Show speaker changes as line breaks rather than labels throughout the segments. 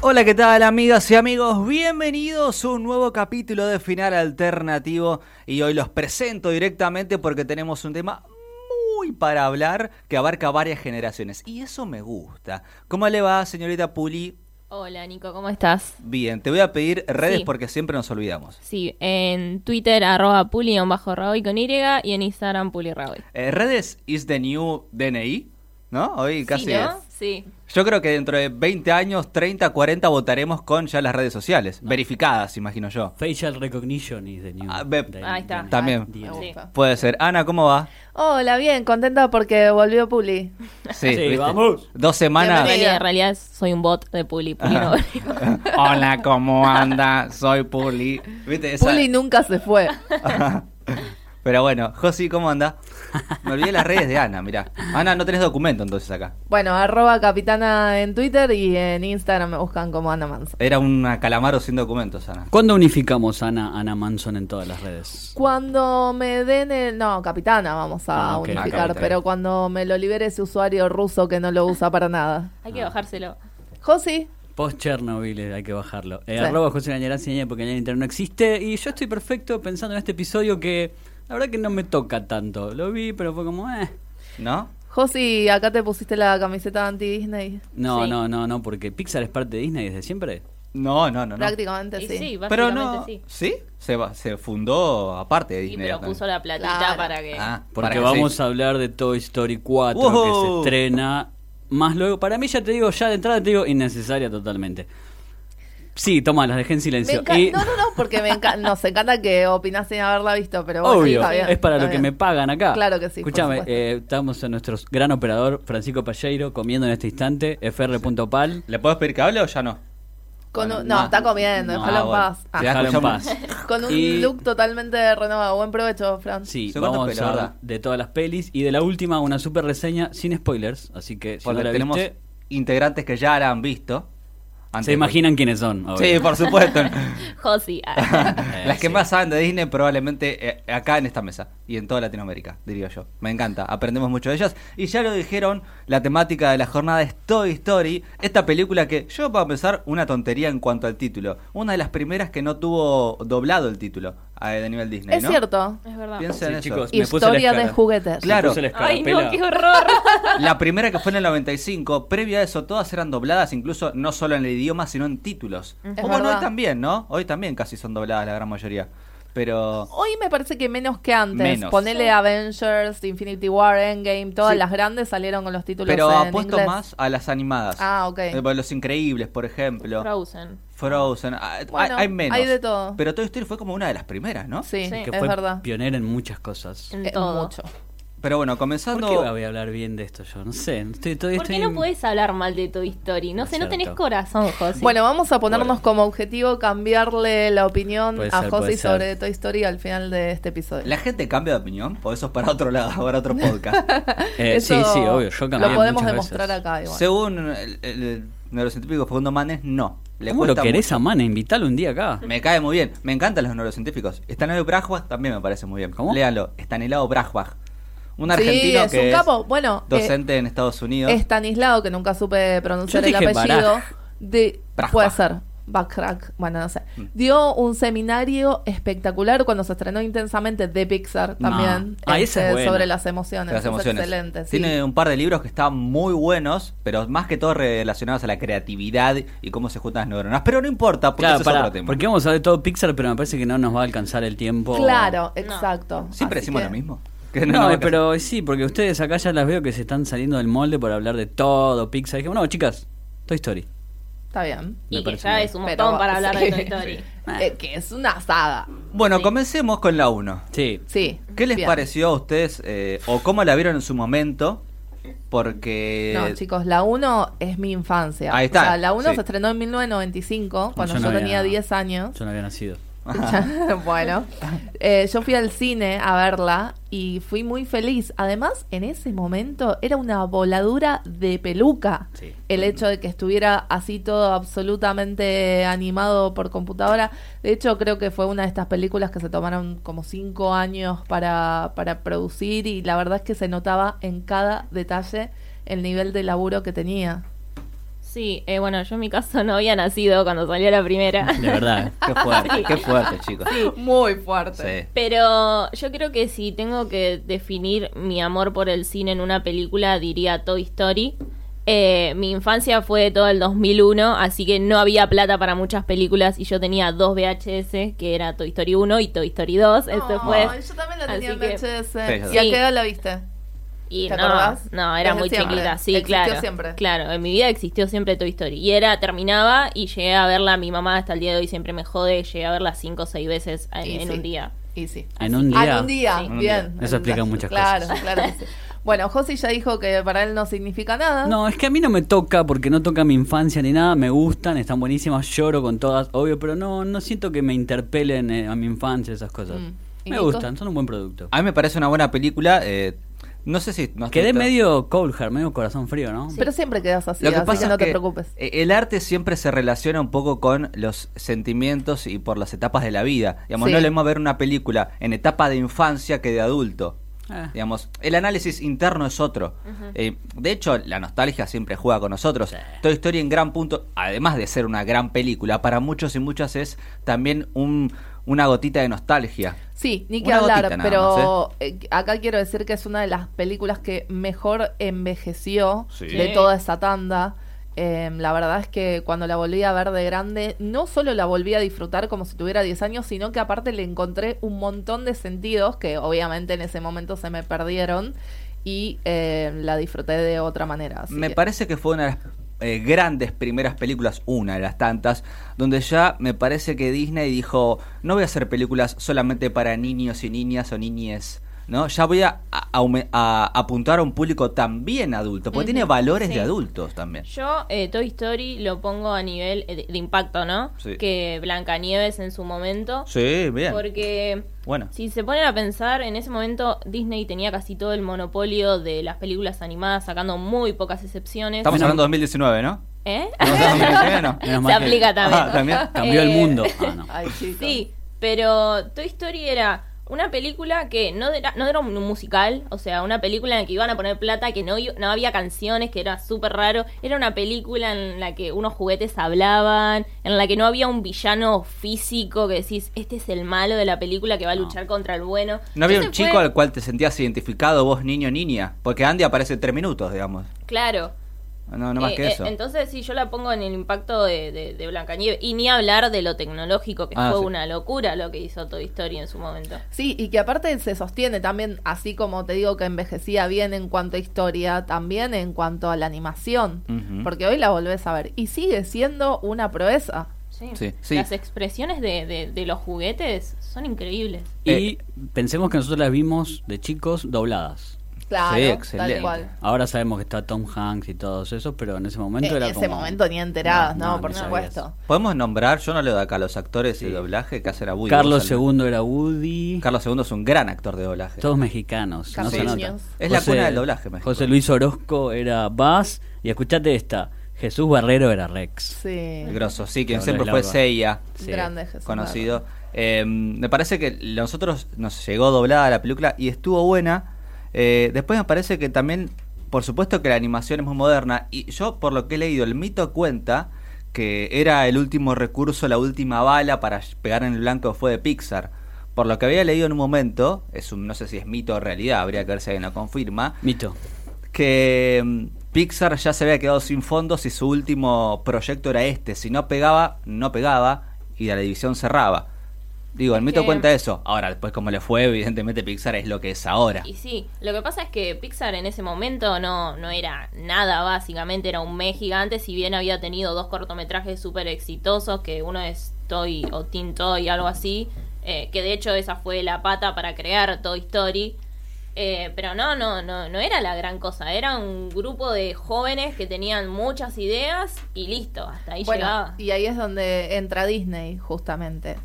Hola, ¿qué tal amigas y amigos? Bienvenidos a un nuevo capítulo de Final Alternativo y hoy los presento directamente porque tenemos un tema muy para hablar que abarca varias generaciones y eso me gusta. ¿Cómo le va, señorita Puli?
Hola Nico, ¿cómo estás?
Bien, te voy a pedir redes
Sí.
porque siempre nos olvidamos.
Sí, en Twitter arroba puli bajo raoy con Y y en Instagram puli raoy.
Eh, redes is the new DNI, ¿no? Hoy casi
sí,
es.
¿no? Sí.
Yo creo que dentro de 20 años, 30, 40 votaremos con ya las redes sociales, verificadas, imagino yo.
Facial recognition is the new.
Ah, ve-
the-
Ahí está.
the-
También.
the-
Me
the-
gusta.
Puede ser. Ana, ¿cómo va?
Hola, bien, contenta porque volvió Puli.
Sí,
¿viste?
vamos.
Dos
En
semanas.
Bienvenida.
realidad, en realidad soy un bot de puli, puli no.
Hola, ¿cómo anda? Soy Puli. ¿Viste? Esa-
Puli nunca se fue.
Pero bueno, Josi, ¿cómo anda? Me olvidé las redes de Ana, mirá. Ana, no tenés documento entonces acá.
Bueno, arroba capitana en Twitter y en Instagram me buscan como Ana Manso.
Era una calamaro sin documentos, Ana.
¿Cuándo unificamos a Ana, Ana Manson en todas las redes?
Cuando me den el... No, capitana vamos a
Ah, ok.
Ah,
unificar,
capitana.
pero cuando me lo libere ese usuario ruso que no lo usa para nada.
Hay que bajárselo.
Josi,
Post Chernobyl eh, hay que bajarlo. Eh,
Sí.
Arroba José Gañarán, señal porque el internet no existe. Y yo estoy perfecto pensando en este episodio que la verdad que no me toca tanto. Lo vi, pero fue como, eh.
¿No?
Josi, acá te pusiste la camiseta anti-Disney.
No,
Sí.
no, no, no, porque Pixar es parte de Disney desde siempre.
No, no, no. no.
Prácticamente
Y
sí.
sí, básicamente
Pero no.
sí.
¿Sí? Se, va- se fundó aparte de
Y
Disney.
pero puso la platita
Claro.
para que...
Ah, para
Porque
que
vamos
sí.
a hablar de Toy Story 4
Wow.
que se estrena más luego. Para mí ya te digo, ya de entrada te digo, innecesaria totalmente. Sí, toma, las dejé en
Me
silencio.
enca-
Y-
No, no, no, porque me enca- nos encanta que opinás sin haberla visto, pero bueno,
Obvio,
está bien,
es para
está
lo que
bien.
me pagan acá.
Claro que sí, por
Escúchame,
supuesto.
eh, estamos en nuestro gran operador Francisco Palleiro comiendo en este instante, fr.pal.
¿Le puedo pedir que hable o ya no?
Con un-
Bueno,
no,
no,
está comiendo,
no,
déjalo
Ah,
en
bueno.
paz. Ah.
Se da-
Déjalo en
escuchamos.
paz.
Con un
Y-
look totalmente renovado. Buen provecho, Fran.
Sí,
Son
vamos
cuatro pelis,
a
la verdad.
de todas las pelis y de la última una super reseña sin spoilers, así que si
Porque
no la
tenemos
viste,
integrantes que ya la han visto. Antes
se
de-
imaginan quiénes son. obvio.
Sí, por supuesto.
Josi. ah.
Las que
Eh, sí.
más saben de Disney probablemente eh, acá en esta mesa y en toda Latinoamérica, diría yo. Me encanta, aprendemos mucho de ellas. Y ya lo dijeron, la temática de la jornada es Toy Story, esta película que yo para empezar una tontería en cuanto al título. Una de las primeras que no tuvo doblado el título eh, de nivel Disney.
es
¿no?
cierto.
es verdad.
Piensen
Sí,
en eso.
chicos. Me puse la
Historia de
escala.
juguetes.
Claro.
Me puse la
Ay, no,
escarapela.
qué horror.
La primera que fue en el 95, previo a eso todas eran dobladas, incluso no solo en el idioma, sino en títulos.
Es
Como bueno, hoy
verdad.
también, ¿no? Hoy también casi son dobladas la gran mayoría. Pero
Hoy me parece que menos que antes.
Menos.
Ponele Avengers, Infinity War, Endgame, todas
Sí.
las grandes salieron con los títulos
pero
en
apuesto
inglés.
más a las animadas.
Ah, ok.
Eh, Los Increíbles, por ejemplo.
Frozen.
Frozen. Ah, hay-
Bueno,
hay, menos.
hay de todo.
Pero Toy Story fue como una de las primeras, ¿no?
Sí,
Sí.
que
es
fue
verdad.
pionera en muchas cosas.
En
Es
todo.
mucho.
Pero bueno,
¿Por
comenzando...
qué voy a hablar bien de esto yo? No sé, estoy, todavía
¿Por qué
estoy
no podés hablar mal de Toy Story? No
Es
sé, no tenés
cierto.
corazón, Josi.
Bueno, vamos a ponernos
Bueno.
como objetivo cambiarle la opinión
Puede
a
ser, puede
Josi
ser.
sobre Toy Story al final de este episodio.
¿La gente cambia de opinión? O eso es para otro lado, para otro podcast.
Eh,
Eso
sí, sí, obvio, yo cambié
Lo podemos
muchas
demostrar
veces.
acá igual.
Según el, el neurocientífico Facundo Manes, no. Le
¿Cómo lo
cuesta
querés
mucho.
a Mana? Invítalo un día acá.
Me cae muy bien. Me encantan los neurocientíficos. Stanelio Brajbach también me parece muy bien.
¿Cómo?
Léalo. Estanislao Brajbach. Un
Sí,
argentino
es
que
un capo. eh, Bueno,
docente en Estados Unidos.
Estanislao, que nunca supe pronunciar
Yo
el
dije
apellido,
Baraj.
de,
Braj,
puede
Braj.
ser, Backrack, bueno, no sé,
Mm.
dio un seminario espectacular cuando se estrenó intensamente de Pixar
Ah.
también, este,
Ah, esa es buena.
sobre las emociones,
de las
es
emociones.
excelente, sí.
Tiene un par de libros que están muy buenos, pero más que todo relacionados a la creatividad y cómo se juntan las neuronas. Pero no importa, porque
Claro,
ese
pará,
es otro tema.
porque vamos a ver todo Pixar, pero me parece que no nos va a alcanzar el tiempo.
Claro, exacto.
Siempre
Así
decimos
que-
lo mismo. Que
No,
no-
pero sí, porque ustedes acá ya las veo que se están saliendo del molde por hablar de todo Pixar. Dije, no, chicas, Toy Story.
Está bien.
me
y que
parece
ya
bien.
es un
Pero-
montón para hablar de
sí.
Toy Story. Ah.
Eh, que es una saga.
Bueno, comencemos con la 1.
Sí.
Sí.
¿Qué les
bien.
pareció a ustedes eh, o cómo la vieron en su momento? Porque...
No, chicos, la 1 es mi infancia.
Eh, Ahí está,
O sea, la 1
sí.
se estrenó en 1995, cuando
Yo
yo,
no había-
tenía 10 años.
Yo no había nacido.
Ah.
bueno, eh, yo fui al cine a verla y fui muy feliz. Además, en ese momento era una voladura de peluca.
Sí.
El hecho de que estuviera así todo absolutamente animado por computadora. De hecho, creo que fue una de estas películas que se tomaron como cinco años para, para producir y la verdad es que se notaba en cada detalle el nivel de laburo que tenía.
Sí, eh, bueno, yo en mi caso no había nacido cuando salió la primera.
De verdad. ¿eh?
Qué fuerte, qué fuerte, chicos.
Muy fuerte.
Sí.
Pero yo creo que si tengo que definir mi amor por el cine en una película, diría Toy Story. Eh, mi infancia fue todo el 2001, así que no había plata para muchas películas y yo tenía dos VHS, que era Toy Story 1 y Toy Story 2.
Este
Esto fue...
Ay, yo también la tenía en
así que-
VHS.
Sí,
¿Y a
sí.
qué edad la viste?
Y
¿Te
no,
acordás?
no, era
Desde
muy
siempre.
chiquita, sí,
Existió
claro.
siempre.
Claro, en mi vida existió siempre Toy Story. Y era, terminaba y llegué a verla, mi mamá hasta el día de hoy siempre me jode, llegué a verla cinco o seis veces en,
Y
en
sí.
un día.
Y sí.
En un
Ah, en
día.
un día,
Sí.
En un día.
bien.
Eso explica
Entonces,
muchas
claro,
cosas.
Claro, que sí. Bueno, Josi ya dijo que para él no significa nada.
No, es que a mí no me toca porque no toca mi infancia ni nada. Me gustan, están buenísimas, lloro con todas, obvio, pero no, no siento que me interpelen eh, a mi infancia esas cosas.
Mm. ¿Y
Me
Nico?
gustan, son un buen producto.
A mí me parece una buena película. eh, no sé si. no has
Quedé
visto.
medio cold hard, medio corazón frío, ¿no?
Pero siempre quedas así,
Lo que
así
pasa
que no
es
te
que,
preocupes.
eh, El arte siempre se relaciona un poco con los sentimientos y por las etapas de la vida. Digamos,
Sí.
no le vamos a ver una película en etapa de infancia que de adulto.
Eh.
Digamos, el análisis interno es otro. Eh, de hecho, la nostalgia siempre juega con nosotros. Toy Story en gran punto, además de ser una gran película, para muchos y muchas es también un, una gotita de nostalgia.
Sí, ni que
Una
hablar,
gotita nada
pero eh, acá quiero decir que es una de las películas que mejor envejeció
Sí.
de
Sí.
toda esa tanda. Eh, la verdad es que cuando la volví a ver de grande, no solo la volví a disfrutar como si tuviera 10 años, sino que aparte le encontré un montón de sentidos que obviamente en ese momento se me perdieron y eh, la disfruté de otra manera. así
me
que-
parece que fue una de las eh, grandes primeras películas, una de las tantas, donde ya me parece que Disney dijo, no voy a hacer películas solamente para niños y niñas o niñes. ¿No? Ya voy a, a- aume- a apuntar a un público también adulto, porque tiene valores
sí.
de adultos también.
Yo eh, Toy Story lo pongo a nivel eh, de, de impacto, ¿no?
Sí.
Que Blancanieves en su momento.
Sí, bien.
Porque
Bueno,
si se ponen a pensar, en ese momento Disney tenía casi todo el monopolio de las películas animadas, sacando muy pocas excepciones.
estamos hablando de 2019, ¿no?
¿Eh?
¿Estamos hablando de 2019, no?
Menos
se
mal que-
aplica también.
Ah, también.
Cambió el
Eh,
mundo. Ah, no.
Ay, chicos.
Sí, pero Toy Story era una película que no era, no era un musical, o sea, una película en la que iban a poner plata, que no, i- no había canciones, que era súper raro. Era una película en la que unos juguetes hablaban, en la que no había un villano físico que decís, este es el malo de la película que va a luchar contra el bueno.
¿No había
Ese
un chico
fue-
al cual te sentías identificado vos, niño niña? Porque Andy aparece en tres minutos, digamos.
Claro.
No, no más
Eh,
que
eh,
eso.
entonces, sí, yo la pongo en el impacto de, de, de Blancanieves. Y ni hablar de lo tecnológico, que
Ah,
fue
sí.
una locura lo que hizo Toy Story en su momento.
Sí, y que aparte se sostiene también, así como te digo que envejecía bien en cuanto a historia, también en cuanto a la animación.
Ujú.
Porque hoy la volvés a ver. Y sigue siendo una proeza.
Sí.
Sí, sí.
Las expresiones de, de- de los juguetes son increíbles.
Y Eh, pensemos que nosotros las vimos de chicos dobladas.
Claro,
Sí, excelente.
tal cual.
Ahora sabemos que está Tom Hanks y todos esos, pero en ese momento
Eh, en
era
ese
como-
momento ni enteradas,
No,
no,
no,
por
no
supuesto.
sabías.
Podemos nombrar, yo no leo de acá, los actores de doblaje que hacen a Woody.
Carlos
Vos al-
II era Woody.
Carlos II es un gran actor de doblaje.
Todos mexicanos. No se
Carlos
nota.
Muñoz.
Es la cuna del doblaje, México.
José Luis Orozco era Bass. Y escuchate esta. Jesús Barrero era Rex.
Sí,
Grosso, sí, quien
Claro,
siempre
es
fue
largo.
Seiya,
Sí.
grande Jesús.
conocido. Eh, me parece que nosotros nos llegó doblada la película y estuvo buena. Eh, después me parece que también, por supuesto que la animación es muy moderna. Y yo, por lo que he leído, el mito cuenta que era el último recurso, la última bala para pegar en el blanco fue de Pixar. Por lo que había leído en un momento, es un, no sé si es mito o realidad, habría que ver si alguien lo confirma,
Mito.
que mm, Pixar ya se había quedado sin fondos y su último proyecto era este. Si no pegaba, no pegaba y la división cerraba. Digo, el mito
que-
cuenta eso. Ahora, después como le fue, evidentemente Pixar es lo que es ahora.
Y sí, lo que pasa es que Pixar en ese momento no, no era nada, básicamente era un mes gigante, si bien había tenido dos cortometrajes súper exitosos, que uno es Toy o Teen Toy, algo así, eh, que de hecho esa fue la pata para crear Toy Story. Eh, pero no, no, no, no era la gran cosa, era un grupo de jóvenes que tenían muchas ideas y listo, hasta ahí
Bueno,
llegaba.
y ahí es donde entra Disney, justamente.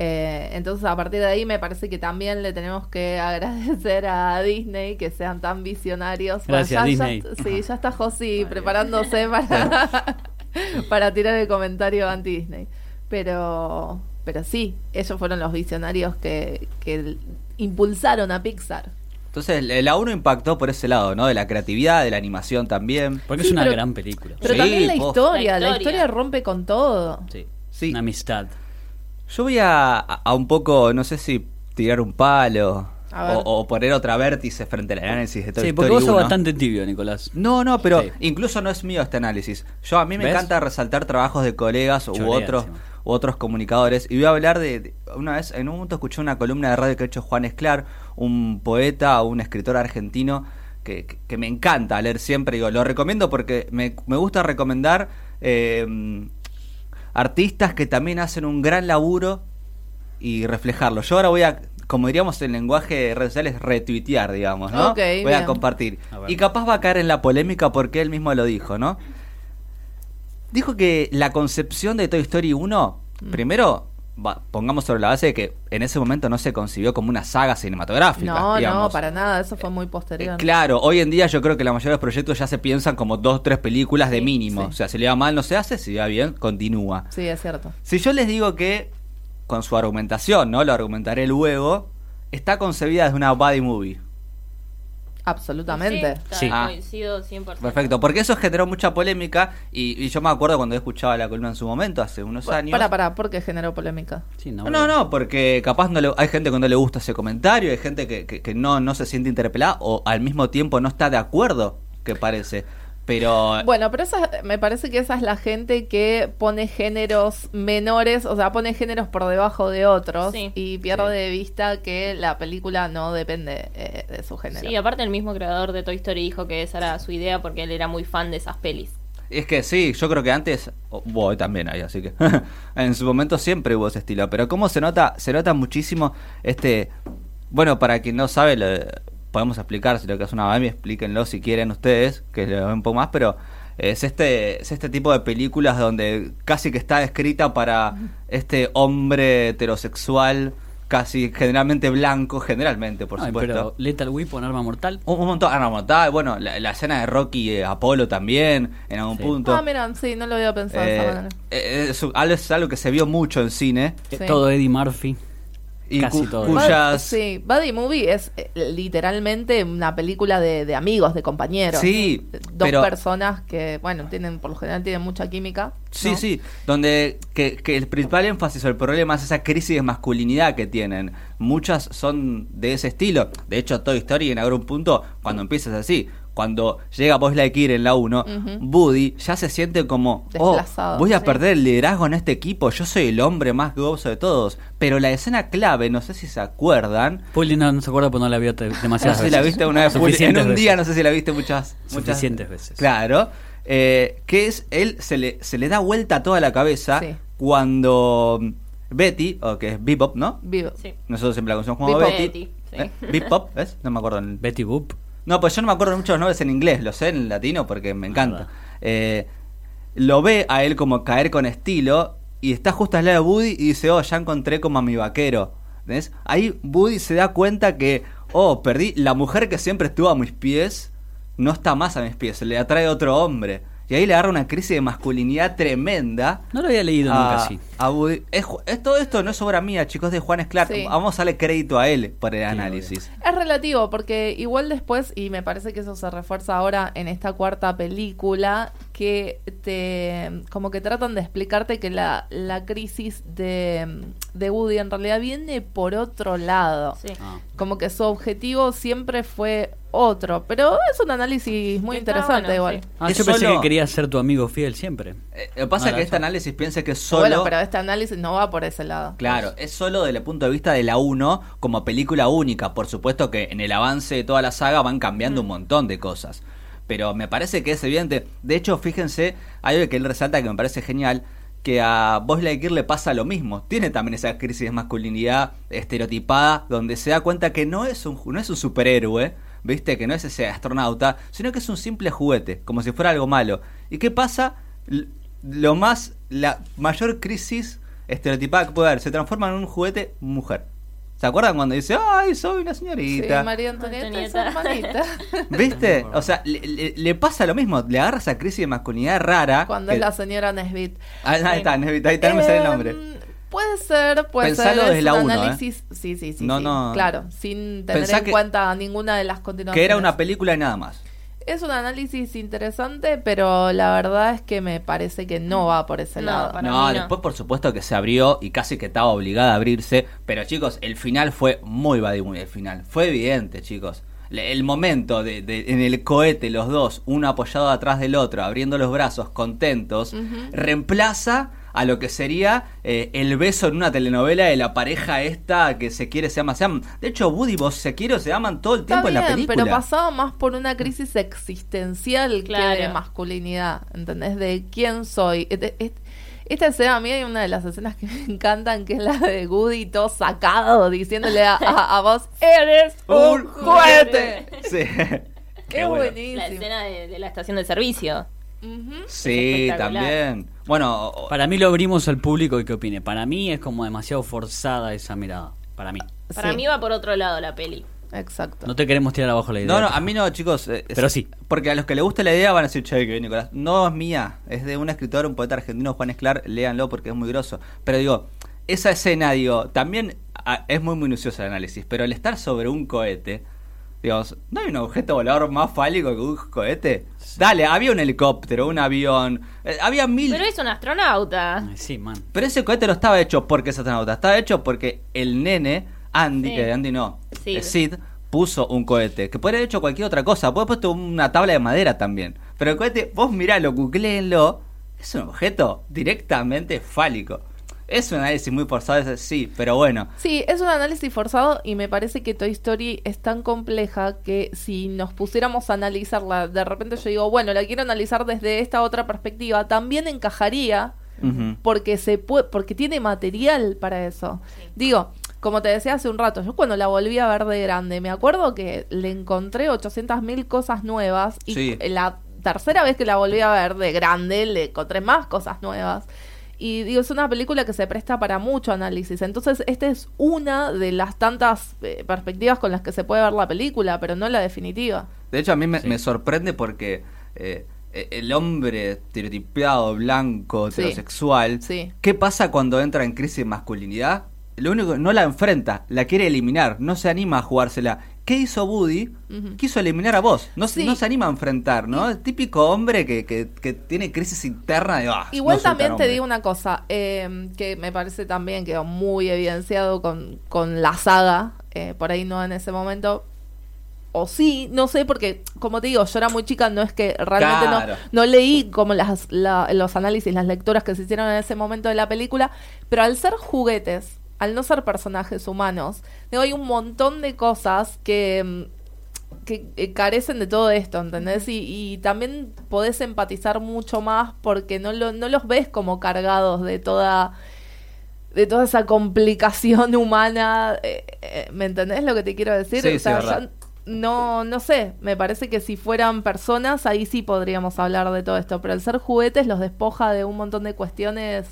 Eh, entonces, a partir de ahí, me parece que también le tenemos que agradecer a Disney que sean tan visionarios. Bueno,
Gracias,
ya- ya-
Disney.
sí, ya está Josi preparándose para, para tirar el comentario anti-Disney. Pero, pero sí, ellos fueron los visionarios que, que impulsaron a Pixar.
Entonces, la- la 1 impactó por ese lado, ¿no? De la creatividad, de la animación también.
Porque
Sí,
es una
pero-
gran película.
Pero
Sí,
también la
posta.
historia, la
La
historia,
historia.
rompe con todo.
Sí.
Sí.
Una amistad.
Yo voy a, a un poco, no sé si tirar un palo
A ver.
o, o poner otra vértice frente al análisis de Toy
Sí, porque
Story
vos sos
1.
bastante tibio, Nicolás.
No, no, pero
Sí.
incluso no es mío este análisis. Yo a mí me
¿Ves?
encanta resaltar trabajos de colegas u
Cholea
otros
encima.
u otros comunicadores y voy a hablar de, de- una vez en un momento escuché una columna de radio que ha hecho Juan Esclar, un poeta, un escritor argentino que, que- que me encanta leer siempre, digo, lo recomiendo porque me, me gusta recomendar eh, artistas que también hacen un gran laburo y reflejarlo. Yo ahora voy a, como diríamos en lenguaje de redes sociales, retuitear, digamos, ¿no?
Ok,
voy
bien.
a compartir.
A ver.
Y capaz va a caer en la polémica porque él mismo lo dijo, ¿no? Dijo que la concepción de Toy Story 1,
Mm.
primero, va- pongamos sobre la base de que en ese momento no se concibió como una saga cinematográfica.
No, no,
digamos.
para nada, eso fue muy posterior.
Eh, claro, hoy en día yo creo que la mayoría de los proyectos ya se piensan como dos, tres películas de
Sí,
mínimo.
sí.
O sea, si le va mal no se hace, si le va bien, continúa.
Sí, es cierto.
Si yo les digo que, con su argumentación, ¿no? Lo argumentaré luego, está concebida desde una body movie.
Absolutamente.
Sí, está,
Sí.
Ah.
coincido 100%.
Perfecto, porque eso generó mucha polémica y, y yo me acuerdo cuando escuchaba la columna en su momento, hace unos años.
Para, para, porque generó polémica.
Sí, no,
No, no, no, porque capaz no le- hay gente que no le gusta ese comentario, hay gente que, que- que no, no se siente interpelada o al mismo tiempo no está de acuerdo, que parece. Pero
Bueno, pero esa, me parece que esa es la gente que pone géneros menores, o sea, pone géneros por debajo de otros
Sí.
y pierde de vista que la película no depende eh, de su género.
Sí, aparte el mismo creador de Toy Story dijo que esa era su idea porque él era muy fan de esas pelis.
Es que sí, yo creo que antes, oh, bueno, también hay, así que en su momento siempre hubo ese estilo, pero cómo se nota, se nota muchísimo este, bueno, para quien no sabe, lo- podemos explicar si lo que es una Bambi, explíquenlo si quieren ustedes, que lo ven un poco más, pero es este, es este tipo de películas donde casi que está escrita para este hombre heterosexual, casi generalmente blanco, generalmente, por
Ay,
supuesto.
Pero Lethal Weapon, Arma Mortal.
Un, un montón, ah, no, mortal, bueno, la, la escena de Rocky eh, Apolo también, en algún
Sí.
punto.
Ah, miran, sí, no lo había pensado de esa
Eh,
manera.
eh, es, un- algo, es algo que se vio mucho en cine
Sí.
Todo Eddie Murphy.
y
Casi
cu-
todo.
Bad-
cuyas
Sí, Buddy Movie es eh, literalmente una película de, de amigos, de compañeros.
Sí,
Dos
pero-
personas que, bueno, tienen por lo general tienen mucha química.
sí
¿no?
sí donde que, que el principal énfasis o el problema es esa crisis de masculinidad que tienen muchas son de ese estilo de hecho Toy Story en algún punto cuando empiezas así cuando llega Buzz Lightyear en la 1
Ujú.
Woody ya se siente como oh,
Desplazado,
voy a
sí.
perder el liderazgo en este equipo yo soy el hombre más gozo de todos pero la escena clave no sé si se acuerdan
Puli no, no se acuerda porque no la vio te-
No
demasiadas
sé si la
veces.
viste una vez Juli, en
Suficientes
un día,
veces.
no sé si la viste muchas, muchas
Suficientes veces.
Claro. Eh, que es, él se le, se le da vuelta toda la cabeza
Sí.
cuando Betty, o que es Bebop, ¿no?
Vivo.
Sí.
Nosotros siempre la conocemos como
Bebop.
Betty.
Betty, sí.
¿Eh? Bebop, ¿ves? No me acuerdo. en-
Betty Boop.
No, pues yo no me acuerdo mucho los nombres en inglés, lo sé en latino porque me encanta.
Ah, Verdad.
Eh, lo ve a él como caer con estilo y está justo al lado de Woody y dice, oh, ya encontré como a mi vaquero. ¿Entendés? Ahí Woody se da cuenta que, oh, perdí, la mujer que siempre estuvo a mis pies no está más a mis pies, se le atrae otro hombre. Y ahí le agarra una crisis de masculinidad tremenda.
No lo había leído nunca
a-
así.
a Woody. Es ju- es- todo esto no es obra mía, chicos, de Juan Esclar.
Sí.
Vamos a darle crédito a él por el análisis.
Es relativo, porque igual después, y me parece que eso se refuerza ahora en esta cuarta película, que te como que tratan de explicarte que la, la crisis de, de Woody en realidad viene por otro lado.
Sí.
Ah.
Como que su objetivo siempre fue otro, pero es un análisis muy
Que está
interesante
bueno,
igual.
sí.
Ah,
Es
yo pensé
solo-
que quería ser tu amigo fiel siempre.
Eh, Lo que pasa
No,
es
la
que este
chapa.
análisis piensa que es solo.
Bueno, pero este análisis no va por ese lado.
Claro, es solo desde el punto de vista de la 1 como película única. Por supuesto que en el avance de toda la saga van cambiando un montón de cosas. Pero me parece que es evidente. De hecho, fíjense, hay algo que él resalta que me parece genial. Que a Buzz Lightyear le pasa lo mismo. Tiene también esa crisis de masculinidad estereotipada, donde se da cuenta que no es un, ju- no es un superhéroe, ¿viste? Que no es ese astronauta, sino que es un simple juguete, como si fuera algo malo. ¿Y qué pasa? L- lo más la mayor crisis estereotipada que puede haber se transforma en un juguete mujer ¿se acuerdan cuando dice ay soy una
Sí,
señorita
María Antonieta es
Antonieta.
hermanita.
viste o sea le, le- le pasa lo mismo le agarra esa crisis de masculinidad rara
Cuando
que-
es la señora Nesbit.
Ah, ahí está Nevita, ahí está, no me sale el nombre
Em, Puede ser, puede
Pensalo
ser.
desde
es
la
un
uno, ¿eh?
análisis. Sí, sí, sí.
No,
sí,
no.
Claro, sin tener
Pensá
en
que-
cuenta ninguna de las continuaciones.
que era una película y nada más.
Es un análisis interesante, pero la verdad es que me parece que no va por ese
No,
lado.
para-
No,
mí no.
después por supuesto que se abrió y casi que estaba obligada a abrirse. Pero chicos, el final fue muy Badimuni, el final. Fue evidente, chicos. Le- El momento de, de- en el cohete, los dos, uno apoyado atrás del otro, abriendo los brazos, contentos, reemplaza a lo que sería eh, el beso en una telenovela de la pareja esta que se quiere, se ama, se aman. De hecho, Woody y vos se quiere, se aman todo el
Está
tiempo
bien,
en la película.
pero pasaba más por una crisis existencial que de
Claro.
masculinidad, ¿entendés? De quién soy. Este- este- Esta escena a mí hay una de las escenas que me encantan, que es la de Goody todo sacado, diciéndole a, a- a vos, eres un
Un
cohete.
Sí.
Qué
bueno.
buenísimo.
La escena de, de la estación de servicio.
Ujú.
Sí,
espectacular.
también. Bueno, o-
Para mí lo abrimos al público y que opine. Para mí es como demasiado forzada esa mirada. Para mí.
Para
Sí,
mí va por otro lado la peli.
Exacto.
No te queremos tirar abajo la idea.
No, no, a mí no, chicos. eh, es-
Pero sí.
Porque a los que les gusta la idea van a decir, che, que bien, Nicolás. No es mía, es de un escritor, un poeta argentino, Juan Esclar, léanlo porque es muy groso. Pero digo, esa escena, digo, también ah, es muy minucioso el análisis, pero el estar sobre un cohete, digamos, ¿no hay un objeto volador más fálico que un cohete? Dale, había un helicóptero, un avión, eh, había mil...
Pero es un astronauta.
Ay, Sí, man.
Pero ese cohete no estaba hecho porque es astronauta, estaba hecho porque el nene, Andy,
Sí.
que Andy no,
Sid.
eh, Sid, puso un cohete, que podría haber hecho cualquier otra cosa, puede haber puesto una tabla de madera también. Pero el cohete, vos miralo, googleenlo, es un objeto directamente fálico. Es un análisis muy forzado, ese sí, pero bueno.
Sí, es un análisis forzado y me parece que Toy Story es tan compleja que si nos pusiéramos a analizarla, de repente yo digo, bueno, la quiero analizar desde esta otra perspectiva, también encajaría
Ujú.
porque se puede, porque tiene material para eso. Digo, como te decía hace un rato, yo cuando la volví a ver de grande, me acuerdo que le encontré 800.000 cosas nuevas y
Sí.
la tercera vez que la volví a ver de grande le encontré más cosas nuevas. Y digo, es una película que se presta para mucho análisis. Entonces, esta es una de las tantas eh, perspectivas con las que se puede ver la película, pero no la definitiva.
De hecho, a mí me,
Sí.
me sorprende porque eh, eh, el hombre estereotipado, blanco,
Sí.
heterosexual,
Sí.
¿qué pasa cuando entra en crisis de masculinidad? Lo único no la enfrenta, la quiere eliminar, no se anima a jugársela. ¿Qué hizo Woody?
Ujú.
Quiso eliminar a vos, no, se-
Sí.
no se anima a enfrentar, ¿no? El típico hombre que, que- que tiene crisis interna de... "Ah,
Igual
no soy tan
también te
hombre".
digo una cosa eh, que me parece también quedó muy evidenciado con, con la saga, eh, por ahí no en ese momento. O sí, no sé, porque como te digo, yo era muy chica, no es que realmente no-
Claro.
no, leí como las, la- los análisis, las lecturas que se hicieron en ese momento de la película, pero al ser juguetes, al no ser personajes humanos, digo, hay un montón de cosas que, mm, que eh, carecen de todo esto, ¿entendés? Y, y también podés empatizar mucho más porque no, lo, no los ves como cargados de toda de toda esa complicación humana, eh, eh, ¿me entendés lo que te quiero decir?
Sí, sí,
yo
verdad.
no, no sé, me parece que si fueran personas, ahí sí podríamos hablar de todo esto, pero al ser juguetes los despoja de un montón de cuestiones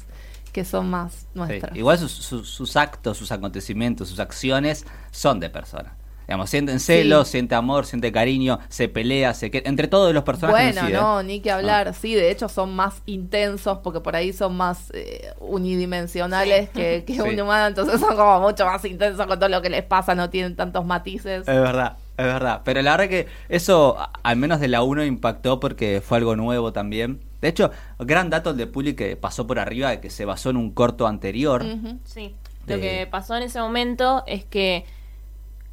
que son más
Sí,
nuestras.
Igual sus, sus- sus actos, sus acontecimientos, sus acciones son de personas. Digamos, sienten celos,
Sí.
siente amor, siente cariño, se pelea, se que entre todos los personajes.
Bueno,
en sí, ¿eh?
no, ni que
Ah.
hablar. Sí, de hecho son más intensos porque por ahí son más eh, unidimensionales que, que
Sí.
un humano, entonces son como mucho más intensos con todo lo que les pasa, no tienen tantos matices.
Eh,
Es verdad, es verdad. Pero la verdad que eso, a- al menos de la 1, impactó porque fue algo nuevo también. De hecho, gran dato el de Puli que pasó por arriba, de que se basó en un corto anterior.
Ujú.
Sí.
De-
Lo que pasó en ese momento es que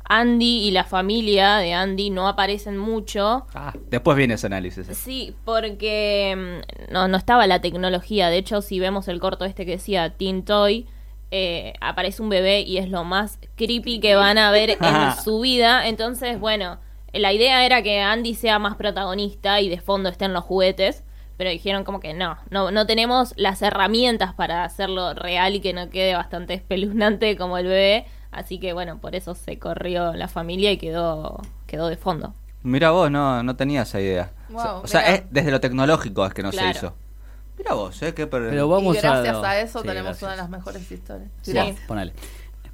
Andy y la familia de Andy no aparecen mucho.
Ah, después viene ese análisis.
Sí, porque mm, no, no estaba la tecnología. De hecho, si vemos el corto este que decía Teen Toy, eh, aparece un bebé y es lo más creepy que van a ver en su vida. Entonces, bueno, la idea era que Andy sea más protagonista y de fondo estén los juguetes. Pero dijeron como que no, no, no tenemos las herramientas para hacerlo real y que no quede bastante espeluznante como el bebé. Así que bueno, por eso se corrió la familia y quedó, quedó de fondo.
Mira vos, no, no tenía esa idea. O sea-
Wow,
o sea,
mirá.
es desde lo tecnológico es que no
Claro.
se hizo. Mira vos, ¿eh? Qué per-
Pero vamos
y gracias a,
lo-
eso
Sí,
tenemos
gracias.
una de las mejores historias.
Sí.
Gracias.
Ponele.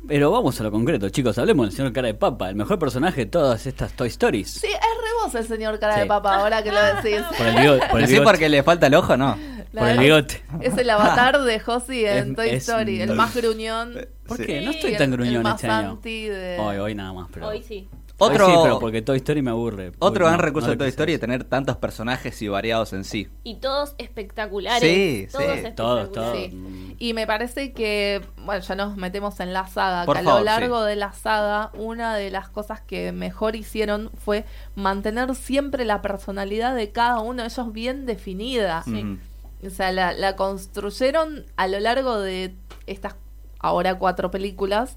Pero vamos a lo concreto, chicos. Hablemos del señor Cara de Papa, el mejor personaje de todas estas Toy Stories.
Sí, es re vos el señor cara de
Sí.
papa ahora que lo decís.
Por el bigo- por el
¿Así
bigote.
porque le falta el ojo, no?
La
por el
verdad-
bigote.
Es el avatar de Josie en
Es-
Toy
es-
Story, el más gruñón.
¿Por
Sí.
qué? No
Sí,
estoy
el-
tan
el
gruñón
más
este año.
anti de-
Hoy, hoy nada más, pero.
Hoy sí.
Hoy
Otro,
sí, pero porque Toy Story me aburre. Hoy
otro gran
no,
recurso
no
de Toy
lo
Story es
quise hacer.
tener tantos personajes y variados en sí.
Y todos espectaculares.
Sí,
todos
sí.
espectaculares.
Todos, todos.
Sí. Y me parece que, bueno, ya nos metemos en la saga.
Por
que a
favor,
lo largo de la saga, una de las cosas que mejor hicieron fue mantener siempre la personalidad de cada uno de ellos bien definida.
Mm.
O sea, la, la construyeron a lo largo de estas ahora cuatro películas.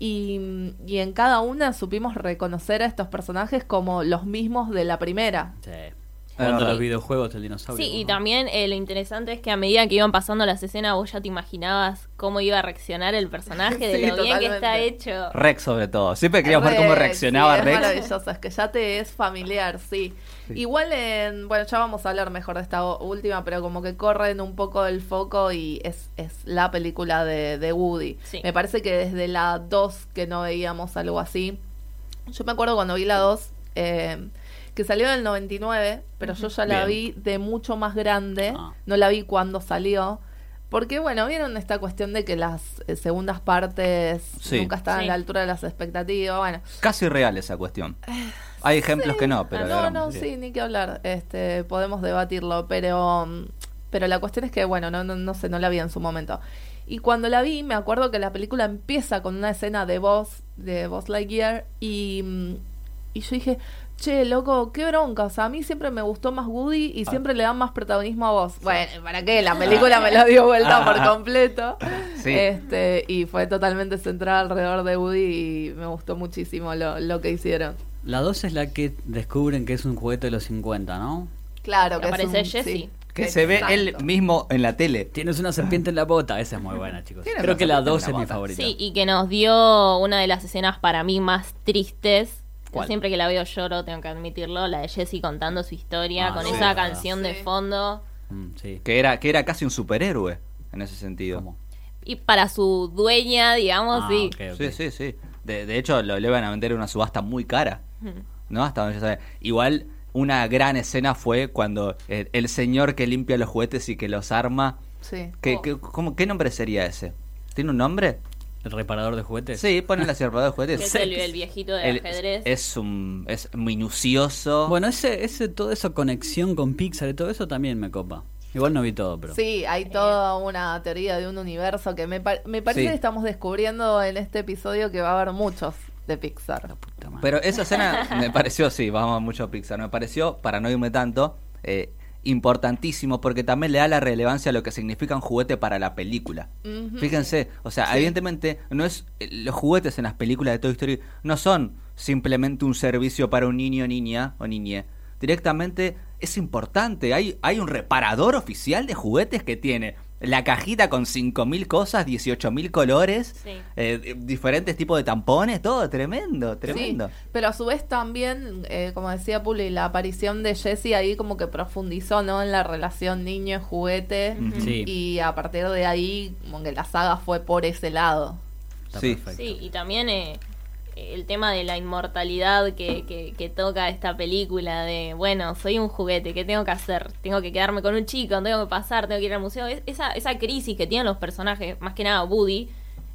Y, y en cada una supimos reconocer a estos personajes como los mismos de la primera.
Sí.
verdad.
Jugando a los videojuegos del dinosaurio.
Sí, y
¿no?
también eh, lo interesante es que a medida que iban pasando las escenas, vos ya te imaginabas cómo iba a reaccionar el personaje, de
Sí,
lo bien que está
totalmente.
hecho.
Rex sobre todo. Siempre queríamos ver cómo reaccionaba
sí, Es
Rex.
maravilloso, es que ya te es familiar, sí.
Sí.
Igual en. Bueno, ya vamos a hablar mejor de esta o- última, pero como que corren un poco el foco y es, es la película de, de Woody.
Sí.
Me parece que desde la 2 que no veíamos algo así. Yo me acuerdo cuando vi la 2, eh, que salió en el 99, pero yo ya la
Bien.
vi de mucho más grande.
Ah.
No la vi cuando salió. Porque, bueno, vieron esta cuestión de que las eh, segundas partes
Sí.
nunca estaban
Sí.
a la altura de las expectativas. Bueno,
Casi real esa cuestión. Hay ejemplos que no, pero...
Ah,
de
no,
gran
no,
mayoría.
sí, ni que hablar. Este, podemos debatirlo, pero, mm, pero la cuestión es que, bueno, no, no, no sé, no la vi en su momento. Y cuando la vi, me acuerdo que la película empieza con una escena de voz, de voz Lightyear, y, mm, y yo dije, che, loco, qué bronca. O sea, a mí siempre me gustó más Woody y siempre le dan más protagonismo a vos. Bueno, ¿para qué? La película me la dio vuelta por completo.
Sí.
Este, y fue totalmente centrada alrededor de Woody y me gustó muchísimo lo, lo que hicieron.
La 2 es la que descubren que es un juguete de los 50, ¿no?
Claro, que es
Aparece
un-
Jesse.
sí.
Que se ve
Exacto.
él mismo en la tele.
Tienes una serpiente en la bota. Esa es muy buena, chicos.
Tienes
Creo
una
que la
serpiente en
2
la
es mi
bota.
favorita.
Sí, y que nos dio una de las escenas para mí más tristes. Yo
¿Cuál?
Siempre que la veo lloro, tengo que admitirlo, la de Jessie contando su historia
Ah,
con
sí,
esa
es verdad.
canción de
Sí.
fondo.
Mm, sí.
Que era, que era casi un superhéroe en ese sentido.
¿Cómo?
Y para su dueña, digamos,
Ah,
sí.
ok, ok.
Sí, sí, sí. De, de hecho, lo le van a vender en una subasta muy cara.
Mm.
¿No? Hasta donde yo sabía. Igual, una gran escena fue cuando eh, el, señor que limpia los juguetes y que los arma.
Sí.
¿Qué,
Oh.
qué- cómo- qué nombre sería ese? ¿Tiene un nombre?
¿El reparador de juguetes?
Sí, ponen la ciervada de
Que es
juguetes.
el, el viejito de
Él
ajedrez.
Es, un, es minucioso.
Bueno, ese, ese, toda esa conexión con Pixar y todo eso también me copa. Igual no vi todo, pero.
Sí, hay toda una teoría de un universo que me, par- me parece
Sí.
que estamos descubriendo en este episodio que va a haber muchos de Pixar.
La puta madre.
Pero esa escena me pareció, sí, vamos mucho a Pixar, me pareció, para no irme tanto, eh, importantísimo porque también le da la relevancia a lo que significa un juguete para la película.
Ujú.
Fíjense, o sea, evidentemente no es eh, los juguetes en las películas de Toy Story no son simplemente un servicio para un niño, niña o niñe. Directamente es importante, hay hay un reparador oficial de juguetes que tiene la cajita con 5000 cosas, 18000 colores,
Sí.
eh, diferentes tipos de tampones, todo tremendo, tremendo.
Sí, pero a su vez también, eh, como decía Puli, la aparición de Jesse ahí como que profundizó ¿no? en la relación niño-juguete.
Ujú.
Sí.
Y a partir de ahí, como que la saga fue por ese lado.
Está
Sí.
perfecto.
Sí, y también eh, el tema de la inmortalidad que, que- que toca esta película de, bueno, soy un juguete, ¿qué tengo que hacer? Tengo que quedarme con un chico, tengo que pasar, tengo que ir al museo. Es- esa, esa crisis que tienen los personajes, más que nada Woody,